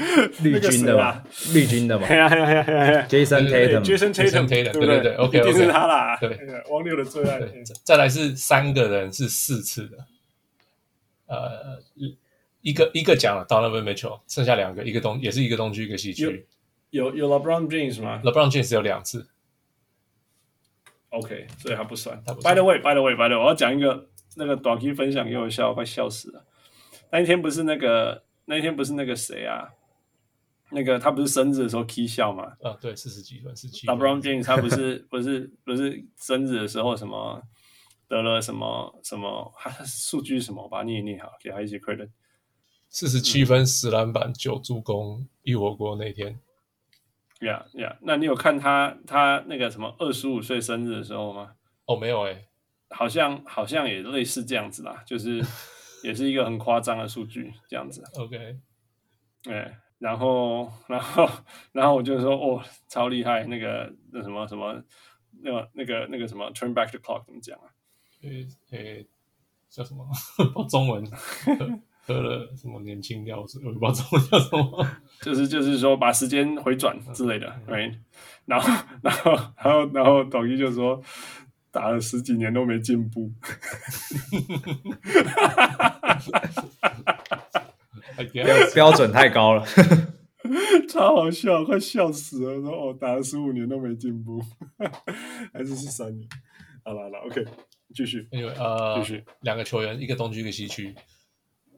绿军的嘛，绿 军的嘛
嘿呀嘿呀嘿呀嘿呀
，Jason
对
嘿
Tatum，
啊，Jason Tatum，
Tatum，
不
对对对，OK，
一定是
OK
他啦，
对
哎呀汪六的最爱，
对，再再来是三个人是四次的，呃，一一个一个讲了 Donovan Mitchell，剩下两个，一个东也是一个东区，一个西区。
有有 LeBron James 吗
LeBron James 有两次，
？OK，所以他不算。
他不算
By the way，By the way，By the way，我要讲一个那个短期分享给我笑，我快笑死了。那一天不是那个那一天不是那个谁啊？那个他不是生日的时候 k 笑吗？
啊，对，四十几分，四十七
l
分。
b r o n James 他不是 不是不是生日的时候什么得了什么什么，他数据是什么？我把它念一念好，给他一些 credit。
四十七分，十篮板，九助攻，一火锅那天，
Yeah yeah，那你有看他他那个什么二十五岁生日的时候吗？
哦，没有哎，
好像好像也类似这样子啦，就是 也是一个很夸张的数据这样子。
OK，
哎，然后，然后，然后我就说，哦，超厉害，那个那什么什么，那个那个那个什么，turn back the clock 怎么讲啊？
诶诶，叫什么？ 不知道中文喝喝了什么年轻药水，我也不知道中文叫什么。
就是就是说把时间回转之类的，right？然后然后然后然后抖音就说打了十几年都没进步，
I guess
标准太高了。
超好笑，快笑死了！说哦，打了十五年都没进步， 还是是三年。好了好了，OK，继续。
Anyway，呃
继续，
两个球员，一个东区，一个西区。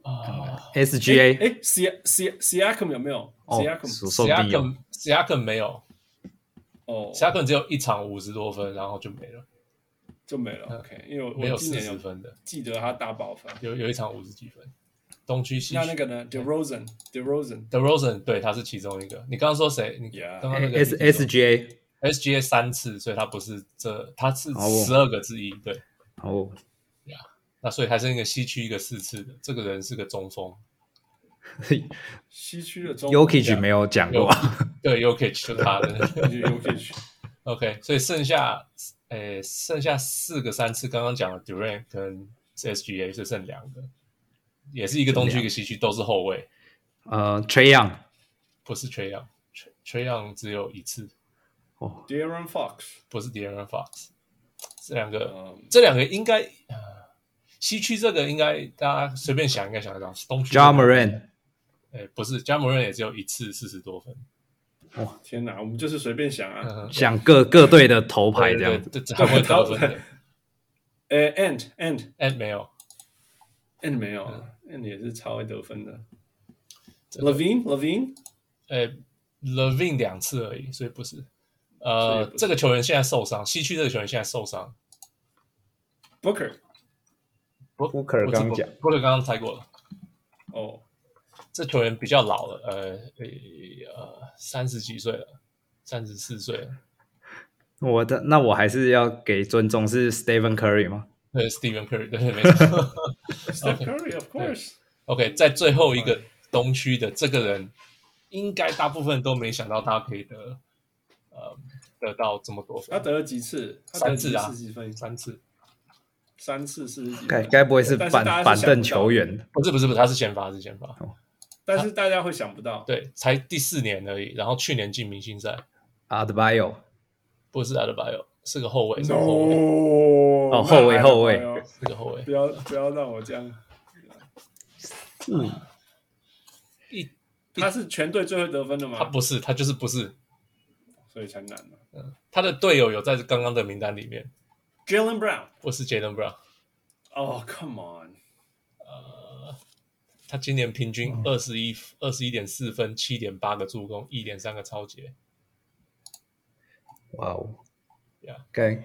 啊，
SGA，
哎，C C C a c m 有没有
哦
C a c，m
所受
西亚
低哦。
根西亚根没有，
哦，
西亚根只有一场五十多分，然后就没了，
就没
嗯
了。OK，因为
没
我
有
我今
四
年
十
有
分的，
记得他大爆发。
有有一场五十几分。东区西区
那那个呢？DeRozan，DeRozan，
The Rosen 对他是其中一个。你刚刚说谁？你
Yeah
刚刚那个
S SGA，
S G A 三次，所以他不是这，他是
哦
十二个之一。对，
哦，
那所以还剩一个西区一个四次的，这个人是个中锋。
西区的中
Yokich 没有讲过，
对 u k i 就是他的。
Yokich，
OK，所以剩下诶剩下四个三次，刚刚讲的 Durant 跟 S G A 就剩两个，也是一个东区一个西区，都是后卫。
呃，Trey Young，
不是 Trey Young，Trey Young 只有一次，
哦
Darren Fox，
不是 De'Aaron Fox。这两个，
嗯
这两个应该、呃西区这个应该大家随便想应该想得到，东区
j a m a r a n
哎，不是 j a m a 也只有一次四十多分，
天哪，我们就是随便想啊。
嗯，
想各各队的头牌这样
对
子。
对，这还会得分的
对，呃，And And
哎，没有
And 没有，And
嗯
也是超会得分的。
这个
Levine Levine，
呃，Levine 两次而已，所以不是。
所
呃
以，不是
这个球员现在受伤，西区这个球员现在受伤。
Booker，
Booker 刚讲
不是刚刚猜过了。
哦，
这球员比较老了，呃呃呃，三十几岁了，三十四岁了。
我的那我还是要给尊重，是 Stephen Curry 吗？
对，Stephen Curry，对，没错。
Steph Curry，of course，
OK，在最后一个东区的这个人，应该大部分都没想到他可以得，呃，得到这么多
他
分，
得了几次？他得了几
三次啊
四十几分，
三次。
三次四十几
该
分。
该不会是
但
板
大家
板
想
凳
不到
球？员？
不是不是不是，他是先发，是先
哦
发。
但是大家会想不到，
对，才第四年而已，然后去年进明星赛，
a d b i o
不是 a d b i o 是个后卫，是个后卫，
哦
后卫后卫
是个后卫
不。要不要让我这样。
嗯一
他是全队最会得分的
他
吗？
不是，他就是不是。
所以才难嘛。
他的队友有在刚刚的名单里面，
Jalen Brown，Oh,
不是 Jalen Brown。
哦，Come on，
他今年平均二十一二十一点四分，七点八个助攻，一点三个超截。
哇哦
Yeah
，OK，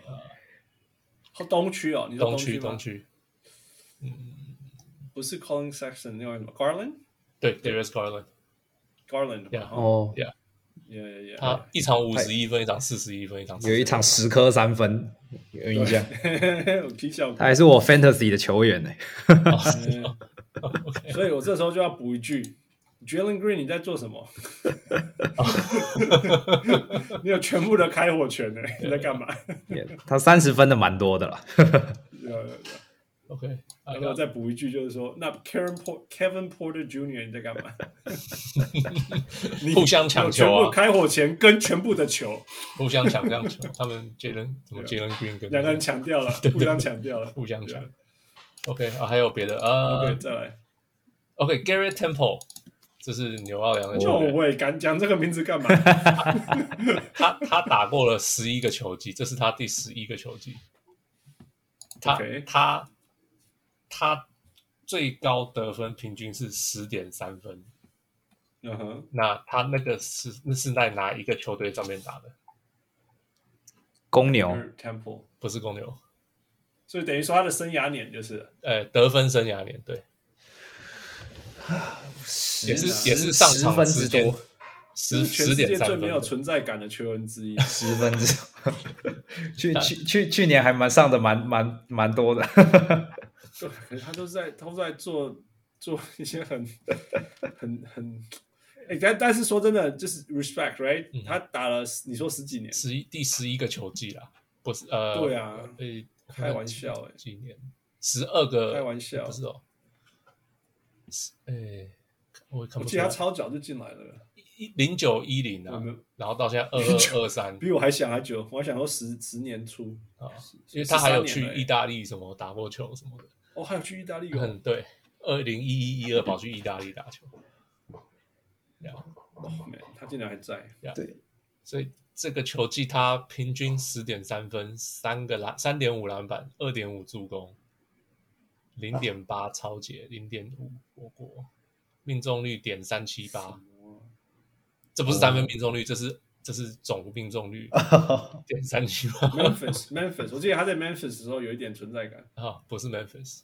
东区哦，你说
东区，
吗
东区，
不是 Colin Sexton，那个什么 Garland
对 d a r i u s Garland，
Garland 吧
Yeah
哦，
，yeah yeah，yeah
他一场五十一分，一场四十一分，一场41
有一场十颗三分，有印象，
有皮笑
他还是我 Fantasy 的球员呢、
哦是哦 OK
所以我这时候就要补一句：Jalen Green，你在做什 么？ 你有全部的开火权呢、你在干嘛？
Yeah，他三十分的蛮多的啦。
有有有
OK，I
然
啊
后
got
我再补一句，就是说，那 Kevin Por Kevin Porter Jr. 你在干嘛？
it 互相抢
有全
球
部
啊，
开火权跟全部的球，
互相抢这样球， 他们杰伦怎么杰伦 Green 跟
啊两个人抢掉了，互相抢掉了。
互相
对
抢
啊。
OK 啊，还有别的啊
OK，再来。
OK，Gary Temple，这是纽奥良的
就
球员，
我也敢讲这个名字干嘛？
他他打过了十一个球季，这是他第十一个球季。他
OK
他他最高得分平均是十点三分，
嗯哼，
那他那个是那是在哪一个球队上面打的？
公牛
Temple，
不是公牛，
所以等于说他的生涯年就是了
呃，得分生涯年对，也是也是上
十
场
分
时
之
间
多，
十
全
十
世界
点三
最
分
没有存在感的球员 之一。
十分之 多。去去去去年还蛮上的蛮蛮蛮多的，
对，可是他都是在都在做做一些很很很，哎、但但是说真的，就是 respect right，、
嗯
他打了十你说十几年，
十一第十一个球季啦，不是呃，
对啊
呃，
开玩笑欸
几年哎十二个
开玩笑
不是哦，是哎，我看
我
不
记
出
得他
来，
超早就进来了，
零九一零
我
啊
们，
然后到现在二二二三
比我还想还久，我还想说十十年出，
啊，因为他还有
13
去
年了欸
意大利什么打过球什么的，
哦，还有去意大利哦，
嗯，对，二零一一一二跑去意大利打球，然后
哦，man，他竟然还在，
所以这个球季他平均十点三分，三个篮，三点五篮板，二点五助攻，零点八超截，零点五火锅，命中率点三七八，这不是三分命中率，这是这是总命中率点三七八
Memphis Memphis，我记得他在 Memphis 的时候有一点存在感，
啊，不是 Memphis，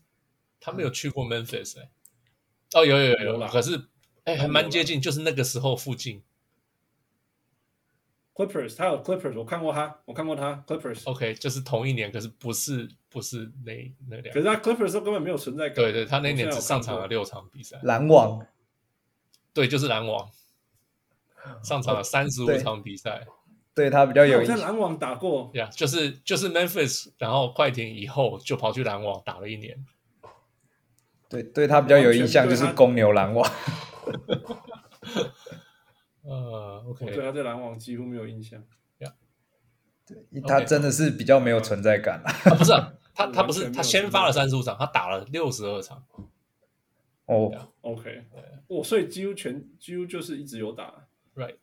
他没有去过 Memphis 哎、哦有有有
有啦
有，可是哎、还蛮接近，就是那个时候附近
Clippers，他有 Clippers，我看过他，我看过他 Clippers，、
，OK，就是同一年，可是不是不是那那两
可是他 Clippers 的时候根本没有存在感，
对对，他那
我现
年
在
只
有
上
看
场
过
了六场比赛，
篮网
对，就是篮网，
哦
上场了三十五
对
场比赛，
对他比较有
我
影
哦在
响。
篮网打过，
呀、就是就是 Memphis，然后快艇以后就跑去篮网打了一年，
对对他比较有印象
完
就
全对他
是公牛篮网，
呃
我哦对
，OK，
他在篮网几乎没有印象。
他真的是比较没有存在感了。
啊不是啊、他
我
他
完
不是
全没有
他先
听
发
过
了三十五场，他打了六十二场，
哦，
OK，我、所以几乎全几乎就是一直有打，
，right，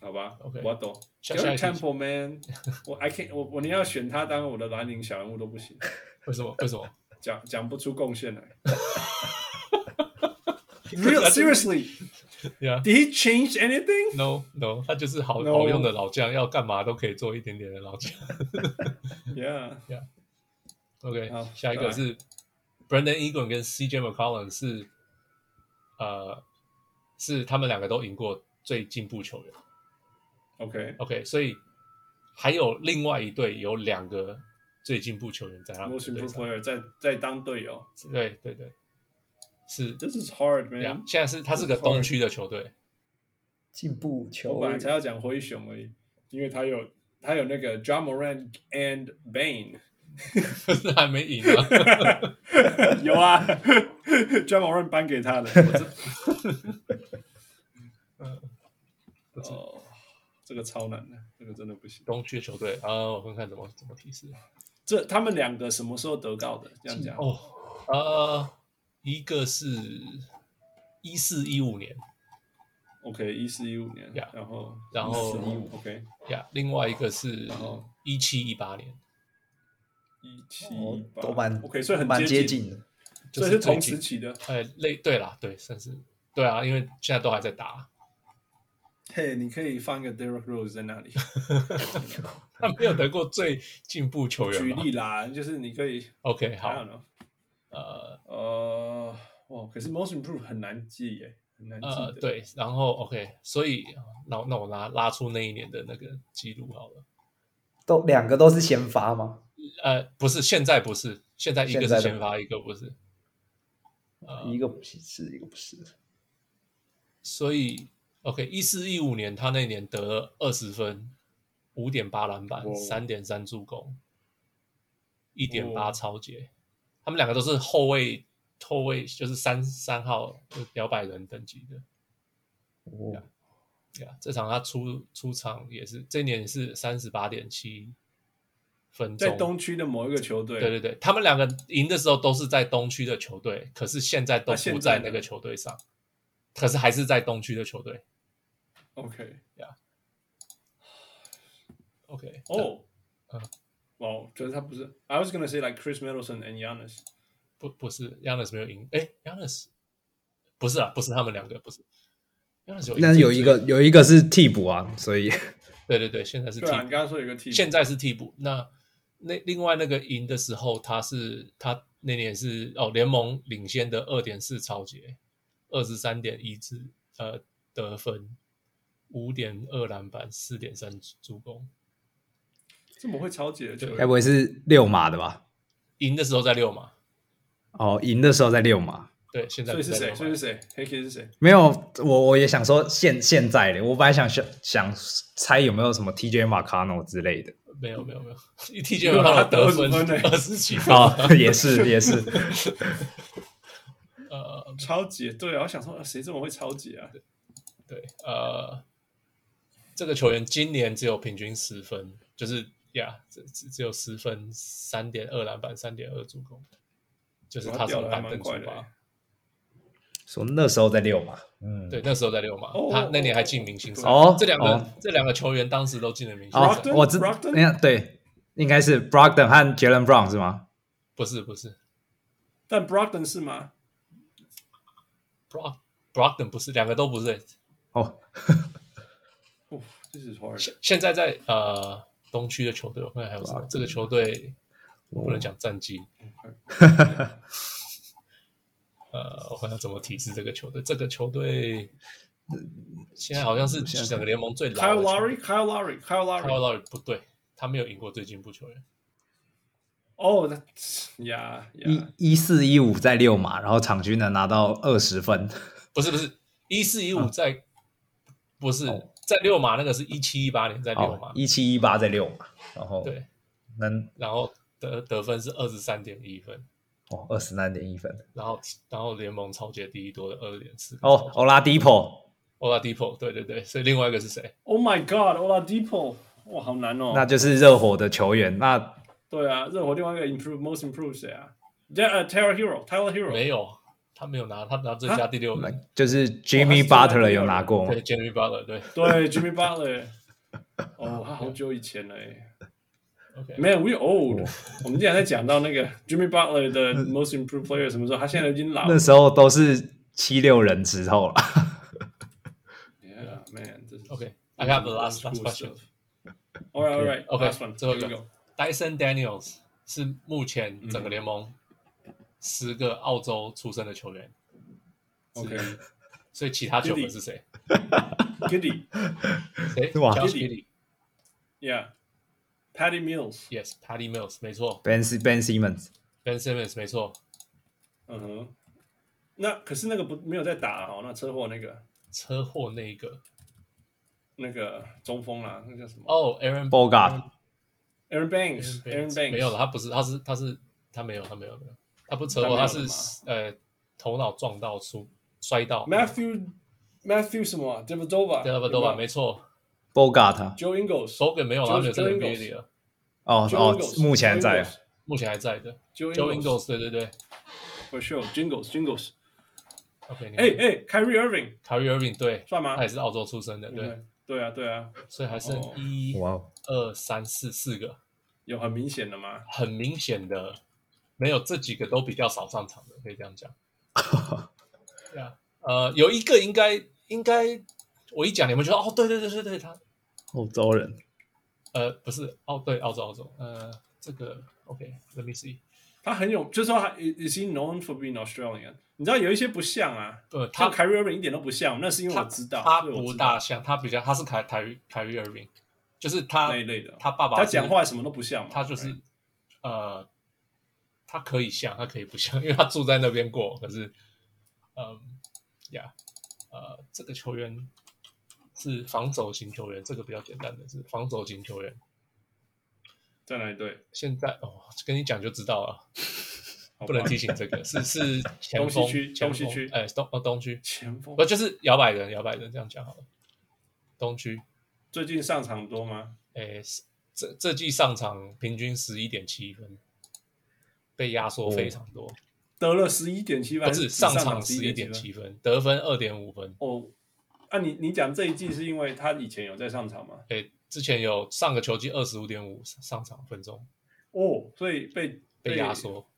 好吧
OK
我懂。
下下
Gary
一题
Temple man，我 I can 我我你要选他当我的蓝领小人物都不行，
为什么为什么？
讲讲不出贡献来。
可
Real
是他
seriously,
呀、
did he change anything?
No No，他就是好
No
好用的老将，要干嘛都可以做一点点的老将。
Yeah，
OK，
好
下一
再
个
来
是 Brandon Ingram 跟 CJ McCollum 是呃是他们两个都赢过最进步球员。
OK，
OK，所以还有另外一队有两个最进步球员在他们
most
的队
improved
上。
player 在在当队友
对对对，是
，This is hard
对呀
man。。
现在是他是个东区的球队，
进步球
我本来才要讲灰熊而已，因为他有他有那个 John Moran and Bane。
可是还没赢啊。
有啊， 专门人颁给他的。哦，这个超难的，这个真的不行。
东区的球队啊，我看看怎么怎么提示。啊
这他们两个什么时候得告的？这样讲，
哦，呃，一个是一四一五年
OK，一四一五年
Yeah
然后
然后
15 OK
呀，另外
哦
一个是
后
一七一八年。
一七
哦
一八
都蛮
OK，所以很
蛮接
近。
近的。
就
所以是
最
同
近
时期的。
呃，类对啦，对，算是对啊，因为现在都还在打，
嘿，你可以放一个 Derek Rose 在那 里，
他没有得过最进步球员
举
吧
例啦，就是你可以
OK，
I don't
好，
know，
呃
呃，哇，可是 Most Improve 很难记耶，很难记的。
呃，，对，然后 OK，所以那那我拉拉出那一年的那个记录好了。
都两个都是先发吗？
呃，不是，现在不是，现在一个
现在
是
的
先发，一个不是，呃
一个不是，一个不是。
所以 OK，一四一五年他那年得了二十分，五点八篮
哦
板，三点三助攻，一点
哦
八超截，他们两个都是后卫，后卫就是三三号就摇摆人等级的。
哦，
呀，这场他出出场也是这一年是三十八点七分钟，
在东区的某一个球队，
对对对，他们两个赢的时候都是在东区的球队，可是现在都
那啊现
不
在
在
呢
那个球队上，可是还是在东区的球队。
o k
OK，
哦
嗯，
哇，就是他不是，I was gonna say like Chris Middleton and Giannis，
不不是 Yanis 没有赢，哎，Yanis 不是啊，不是他们两个，不是 Yanis 有赢
那有一个，有一个是替补啊，所以
对对对，现在是替
对啊，
补
你，刚刚说有个 T，
现在是替补。那那另外那个赢的时候，他是他那年是哦联盟领先的二点四超节，二十三点一支呃得分，五点二篮板，四点三助攻。
这么会超解的球员
该不会是六码的吧？
赢的时候在六嘛，
哦，赢的时候在六码。
对，现在
所以是
不
谁？
在六
所以
嘛
是谁？Hickey 是谁？
没有，我我也想说现现在的，我本来想想想猜有没有什么 TJ 马卡诺之类的。
没有没有没有，一 T 就让他得分
20分欸
二十几分，
哦， 也是也是，
呃，
超解，对啊，我想说呃谁这么会超解啊？
对，呃，这个球员今年只有平均十分，就是呀，只只只有十分，三点二篮板，三点二助攻，就是他从板凳出
哇掉得还蛮快的欸
发。
说那时候在六码。嗯，
对，那时候在六嘛
哦，
他那年还进明星赛。
哦
这两个
哦
这两个球员当时都进了明星
哦
赛。，
Brogdon？
我知，
Brogdon？
等一下对，应该是 Brogdon 和 Jalen Brown 是吗？
不是不是
但 Brogdon 是吗？
，Brog Brogdon 不是，两个都不是。
哦，
哦，这是 hard。
现现在在呃东区的球队，我看还有
啊
什么？这个球
嗯
队不能讲战绩。呃，我看要怎么提示这个球队？这个球队
嗯
现在好像是整个联盟最老
Kyle
的球队。
Lowry，Kyle Lowry，Kyle
Kyle
Lowry。
Lowry 不对，他没有赢过最进步球员。
哦，那呀呀，
一一四一五在六码，然后场均能拿到二十分。
不是不是，一四一五在不是
嗯哦
在六马那个是一七一八年在六
哦
马，，
一七一八在六码，然后
对，
能
然后得得分是二十三点一分，
哦二十三点一分。
然后然后联盟超级第一多的二点四个
哦，欧拉迪 p
Oladipo，对对对，所以另外一个是谁？
Oh my God，Oladipo，哇，好难哦。
那就是热火的球员。那
对啊，热火另外一个 improve most improve 谁啊？这呃 Taylor Hero，Taylor Hero
没有，他没有拿，他拿最佳第六名，
就是 Jimmy
他是最
Butler
烂
有拿过吗
对？Jimmy Butler，对
对 Jimmy Butler。哦，他好久以前了哎。
，OK，
Man, we old。我们竟然在讲到那个 Jimmy Butler 的 most improved player 什么时候？他现在已经老了
那。时候都是七六人之后了。
Yeah, man. This is
OK。I have the last
Cool
last question.
stuff. All right, all right.
OK，
last one.
最后一
Here
个
we go.
Dyson Daniels 是目前整个联盟十个澳洲出生的球员，
OK.
所以其他九个是谁？
Giddy.
谁
哇
Josh
Giddy
Giddy
Yeah. Patty Mills.
Yes, Patty Mills，没错。
Ben Si- Ben Simmons
Ben Simmons，没错。
嗯哼。Uh-huh. 那可是那个不没有在打哦，那车祸那个
车祸那一个
那个中锋啦，那叫什么
哦、a a r o n
Bogart
？Aaron Banks，Aaron Banks
没有了，他不是，他是他是他没有，他没有没有，他不是车祸，
他
他
没有了
是呃头脑撞到出摔到。
Matthew Matthew 什么 d e v i d o v a
对吧？对吧？没错
Bogart
Joe Ingles
，Bogan 没有了，他没有
Joe-
在
Joe
NBA
Ingles
里了，
哦
Joe
哦
Ingles，，
目前在
Joe
目前还在的。
Joe
Joe
Ingles
Ingles，对对对
for sure Jingles Jingles。
，OK，你
哎哎，Kyrie Irving
c a r r y Irving 对，
算吗
他也是澳洲出生的，对，
嗯对啊对啊，
所以还剩
哦
一
哇哦，
二三四四个，
有很明显的嘛。
很明显的没有这几个都比较少上场的，可以这 样讲。对啊，呃，有一个应该应该我一讲你们就说哦，对对对对对，他
澳洲人，
呃不是澳对澳洲澳洲呃这个 OK，let、me see，
他很有，就是说他 is he known for being Australian？你知道有一些不像啊，
呃
他
他
c a r r i e r 一点都不像，那是因为我知道，
他
所以我
不
知道
大像，他比较他是凯凯瑞凯瑞尔宾，就是他
那一类的，哦
他爸爸
他
是
讲话什么都不像嘛，
他就是
right？
呃，他可以像，他可以不像，因为他住在那边过。可是，嗯，呀，呃，这个球员是防守型球员，这个比较简单的是防守型球员。
在哪一队？
现在哦，跟你讲就知道了，
好吧
不能提醒这个 是是前锋
东西区
前
东西
锋
区
哎东哦东区，
前锋
不。就是摇摆人摇摆人这样讲好了，东区
最近上场多吗？
诶，是哎这这季上场平均十一点七分，被压缩非常多，
得了十一点七分，
不是
只
哦上场
场
十一点
七分。
七分，得分二点五分。
哦，啊，你你讲这一季是因为他以前有在上场吗？
诶，哎之前有上个球季二十五点五上场分钟
哦，所以被
被压。缩，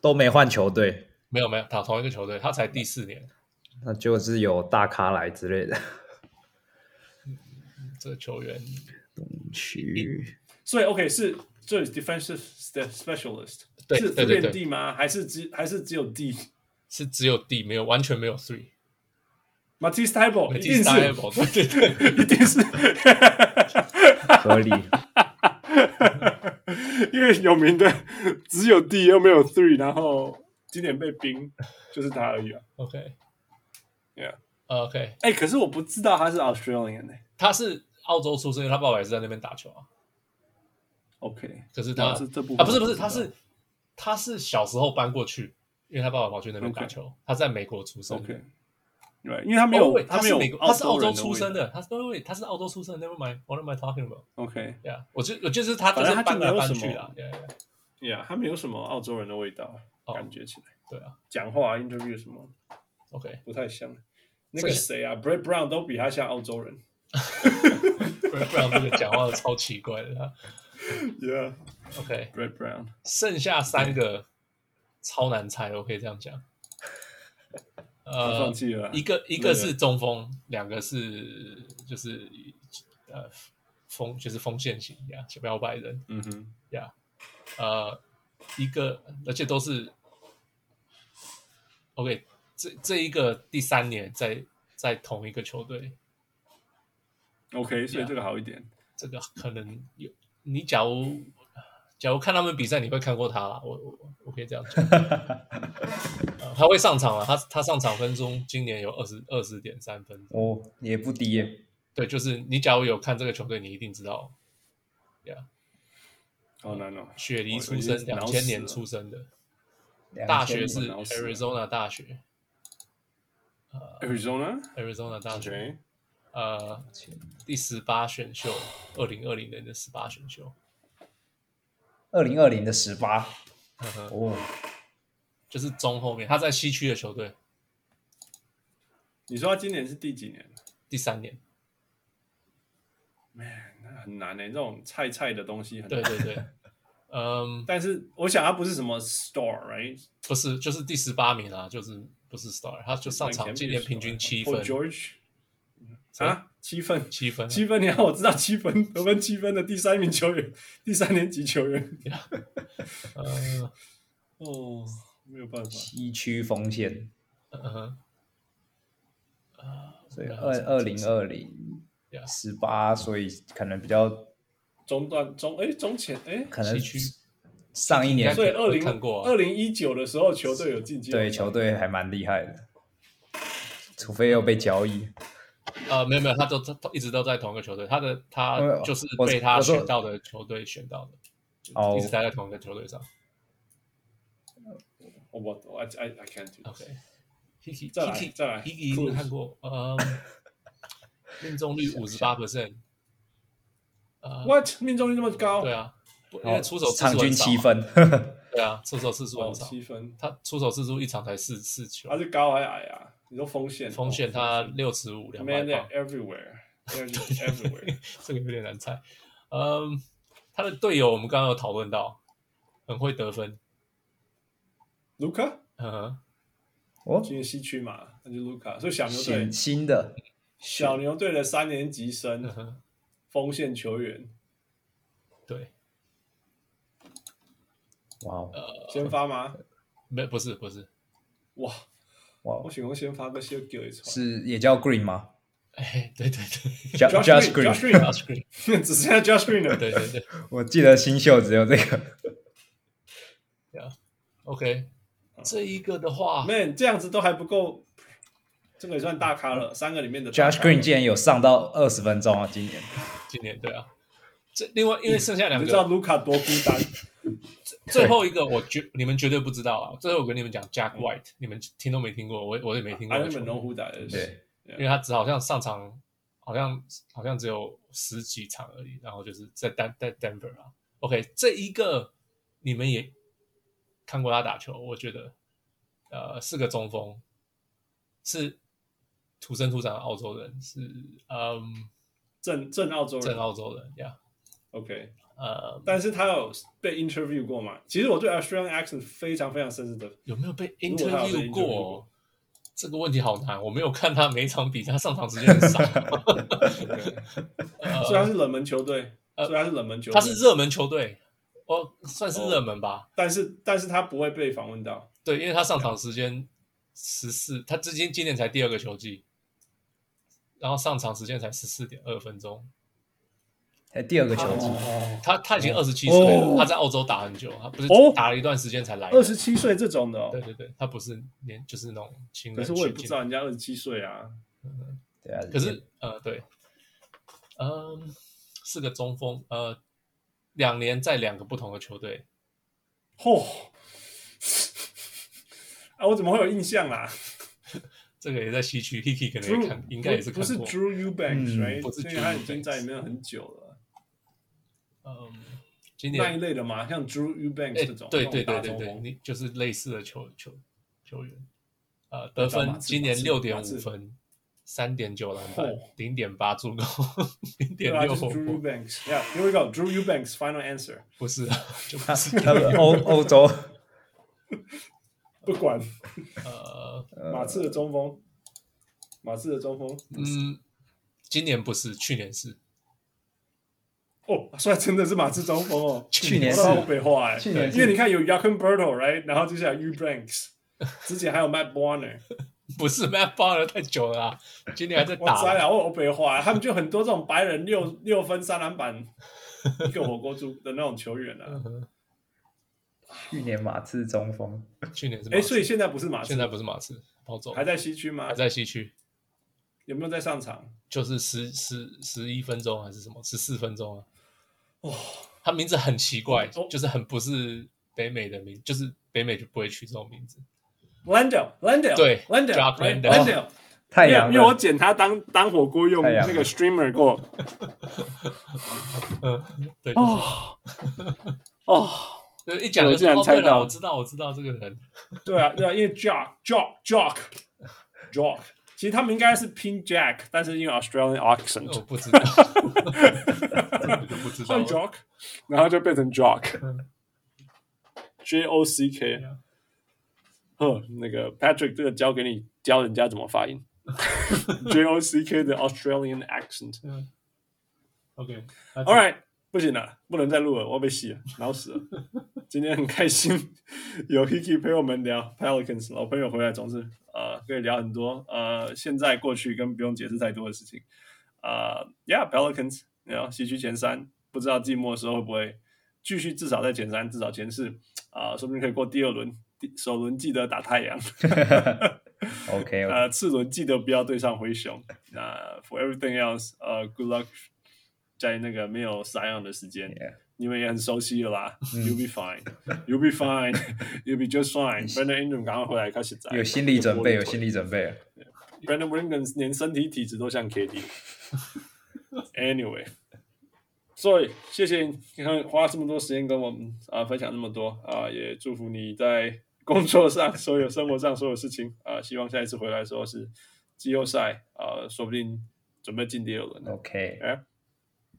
都没换球队，
没有没有，打同一个球队，他才第四年，
那就是有大咖来之类 的。
这个球员
去，
所以 OK 是这是 defensive ste- specialist
对
是
对对
练
对
地吗？还是只还是只有 D？
是只有 D 没有完全没有 three，
Matisse t y b o 一定
第三
是，
level，对对 对，
一定是，
合 理。
因为有名的只有 D 又没有 Three，然后
今年被冰就是他而已啊。
OK
Yeah
呃 OK，
哎、可是我不知道他是 Australian 欸呢、
他是澳洲出生，他爸爸也是在那边打球啊，
OK，
可是他
哦是这部分
啊，不是不
我
是，
不知道
他是他是小时候搬过去，因为他爸爸跑去那边打
OK
球他在美国出生的。
OK，对，因为他没
哦
有
喂他
没
是
有
美国，他是澳洲
人
出生
的
的，他是对，他是澳洲出生的。Never mind, what am I talking about?
w OK，
Yeah，我就我就是他，
反
是
正他就
搬
没
来
有
搬
什
去啊
么
啦。Yeah, yeah, yeah，
Yeah，他没有什么澳洲人的味道，
哦
感觉起来，
对啊
讲话、interview 什么
，OK，
不太像。那
这
个
个
谁啊，Brett Brown 都比他像澳洲人。
不然不然这个讲话超奇怪的啦。
Yeah，Brett
OK，
Brown。
剩下三个超难猜，我可以这样讲。
我
呃
放，弃了啊。
一个一个是中锋，两个是就是呃锋就是锋线型呀，小标白人
嗯哼，
呀，呃，一个而且都是 OK，这这一个第三年在在同一个球队，
OK，所以
Yeah
这个好一点。
这个可能有你假如假如看他们比赛，你会看过他啦，我我我可以这样 讲。呃他会上场了，他他上场分钟今年有二十二十点三分，
哦，也不低耶。
对，就是你假如有看这个球队，你一定知道，Yeah，
好难哦。
嗯雪梨
我
出
我
生，
已经
两
挠
千
死啊
年
了
出生的，大学
2000
是
挠死啊了
Arizona 大学
Arizona，
，Arizona 大学，
OK，
呃，第十八选秀，二零二零年的十八选秀，
二零二零的十八
呵呵
哦，
就是中后面，他在西区的球队，
你说他今年是第几年
第三年，
？Man，那很难呢。欸这种菜菜的东西很
对
难。
对对，嗯，
但是我想他不是什么 star，right？
不是，就是第十八名啊，就是不是 star，他就上场今年平均七分
Paul，George
谁
啊，七分，
七分啊，
七分，你让我知道七分得分七分的第三名球员， 第三年级球员。
呃，
哦，没有办法。
西区锋线，
嗯哼。
所以
对啊
二二零二零
Yeah
十八，所以可能比较
中段中哎中前哎，
可能
西区
上一年
应
所以
该
二
我
零
看过啊
二零一九的时候球队有进阶，
对球队还蛮厉害的，除非又被交易。
呃，没有没有，他都他他一直都在同一个球队，他的他
呃
就是
我
被他
我说
选到的球队选到的，就
哦
一直待在同一个球队上。
我我我 I Oh, I I can't do this。
OK，Hiki
再来再来
Hiki
Cruz
看过，呃， 命中率五十八 percent，呃，
What 命中率那么高？
对
啊，
啊，不因
然后
为出手次数
哦场
很
均
少
七
啊，
分，
对啊，出手次数
哦
很少，
七分，
他出手次数一场才四四球
他，是高还矮啊？你说风险？
风险他六尺五两百
man 欸
磅
they're，everywhere。They're just everywhere.
这个有点难猜。嗯，他的队友我们刚刚有讨论到，很会得分，
卢卡
嗯，
哦，
进西区嘛，那就卢卡。所以小牛队
新，新的
小牛队的三年级生
嗯哼
锋线球员，
对，
哇哦
呃
先发吗？
没不是不是，
哇，
哇
我
哦，
喜欢先发个小狗一串。
是也叫 Green 吗
哎，对对对
Ju-
Josh
？Just
Green，
Green，
Josh
对 Josh Green，
只剩下 Josh Green 了。
对对对
我记得新秀只有这个。
，OK，这
嗯
一个的话，
Man，这样子都还不够，这个也算大咖
嗯
了，三个里面的大
Josh
咖
Green 竟然有上到二十分钟啊！今年
今年对啊，这另外因为剩下两
你知道
个，
卢卡多孤单？
最后一个我绝你们绝对不知道啊，最后我跟你们讲 Jack White，你们听都没听过，我我也没听过
还有
这个球
本
员，
农虎打的，
对，
因为他只好像上场好像好像只有十几场而已，然后就是在丹在 Denver 啊，OK，这一个你们也看过他打球，我觉得呃是个中锋，是土生土长的澳洲人，是嗯
正正澳洲
正
人。
澳洲人呀
OK，
呃
但是他有被 interview 过嘛？其实我对 Australian accent 非常非常 sensitive。
有没有被
如果他有被
interview 过
interview？
这个问题好难，我没有看他每一场比赛，上场时间很 少。
虽然是冷门球队，
呃
虽然是冷门球队，
他是热门球队，哦，算是热门吧。
但是但是他不会被访问到。
对，因为他上场时间十四，他至今今年才第二个球季，然后上场时间才十四点二分钟。
哎，第二个球季，
哦他他已经二十七岁了，他在澳洲打很久，他不是
哦
打了一段时间才来的。
二十七岁这种的、哦
对，对对，他不是年就是那种青
可
人。
是我也不知道人家二十七岁啊。
对啊，
可是呃，对，嗯、是个中锋，呃，两年在两个不同的球队，哦
嚯、 啊，我怎么会有印象啊？
这个也在西区，Hiki 可能也看，应该也是
不
看
是
过。
Drew Eubanks，、
嗯
right?
不是
因为他
Drew
已经
Eubanks
在里面很久了，
嗯，今
那一
年
类的嘛，像 Drew Eubanks
哎，
这种，
对
那
对对
种大
对
中
对，
锋
你就是类似的球球球员，呃，得
找马
分
刺
今年
马刺
六点
马
五
刺
分，三点九篮板
嚯，
零点八助攻， 零
对
点
啊，
六
就是
火
Drew
锅，
Eubanks。Yeah, here we go. Drew Eubanks, final answer.
不是啊， 就不是
他们 欧欧洲
不管
呃，
马刺的中锋，马刺的中锋，
嗯，今年不是，去年是，
哦，说来真的是马刺中锋哦，
去年
我
是
到北化哎，
去年
因为你看有 Yakin Berto right，然后接下来 Eubanks，之前还有 Matt Warner，
不是 Matt b a r 太久了啊，今 年还在
我
打
摘。了，哦我有北化，哎他们就很多这种白人六六分三篮板一个火锅猪的那种球员啊，
去年马刺中锋，
去年是马
哎，
刺，
所以现在不是马刺，
现在不是马刺，跑走
还在西区吗
还？在西区，
有没有在上场？
就是十十十一分钟还是什么十四分钟啊？哇、他名字很奇怪，
哦
就是很不是北美的名，就是北美就不会取这种名字。
Landell Landell
对
Landell
Jock
right?
Landell
Landell
太
因为
阳
因为我
的
捡他当当火锅用
太阳
那个 streamer 过
嗯，对，
哦哦，
就是一讲就
我
是
竟然
哦，
猜
对了，
到
我知道，我知道这个 人。
对啊对啊，因为 Jock Jock Jock Jock，其实他们应该是拼 Jack，但是因为 Australian
我
accent
不知道，我就不知道
换 Jock，然后就变成 Jock。J O C K，
Yeah
呵，那个 Patrick，这个教给你教人家怎么发音。J O C K 的 Australian accent，
嗯 OK，那
All right，不行了，不能再录了，我要被洗了，挠死了。今天很开心，有 Hiki 陪我们聊 Pelicans，老朋友回来总是呃可以聊很多呃现在过去跟不用解释太多的事情。啊、y e a h Pelicans，然后西区前三，不知道季末的时候会不会继续至少在前三，至少前四啊、说不定可以过第二轮，第首轮记得打太阳。
OK，
呃，次轮记得不要对上灰熊。那、for everything else，呃、g o o d luck 在那个没有 Zion 的时间
Yeah 嗯
你们也很熟悉了啦。You'll be fine, you'll be fine, you'll be just fine. Brandon Ingram 赶快回来开始打，
有心理准备，有心
理。
理准备了。
Brandon Ingram 连身体体质都像 KD。anyway，所以谢谢你看花这么多时间跟我们啊、分享那么多啊、也祝福你在工作上、所有生活上所有事情啊、希望下一次回来的时候是季后赛啊、说不定准备进第二轮了。
OK，
哎，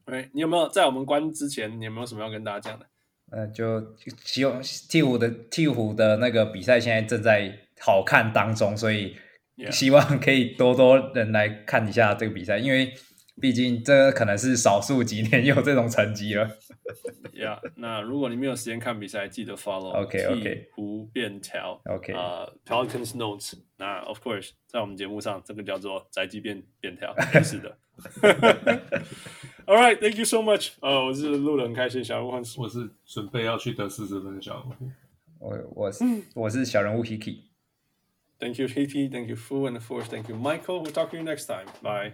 哎，你有没有在我们关之前，你有没有什么要跟大家讲的？
呃，就希望鹈鹕的鹈鹕的那个比赛现在正在好看当中，所以
Yeah.
希望可以多多人来看一下这个比赛，因为毕竟这可能是少数几年 有这种成绩了。
呀那如果你没有时间看比赛，记得 follow
OK，OK
鹈鹕便条
OK
呃 Pelicans Notes。那 of course，在我们节目上，这个叫做宅基便便 条，没事的。All right，thank you so much。呃，我是录的很开心，小鹿换
我是准备要去得四十分的小人物。
我我是我是小人物 Hiki。
Thank you, Katie. Thank you, Fu and the Force. Thank you, Michael. We'll talk to you next time. Bye.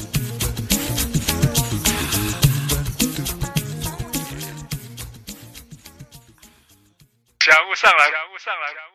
小人物上来，小人物上来，小人物上来。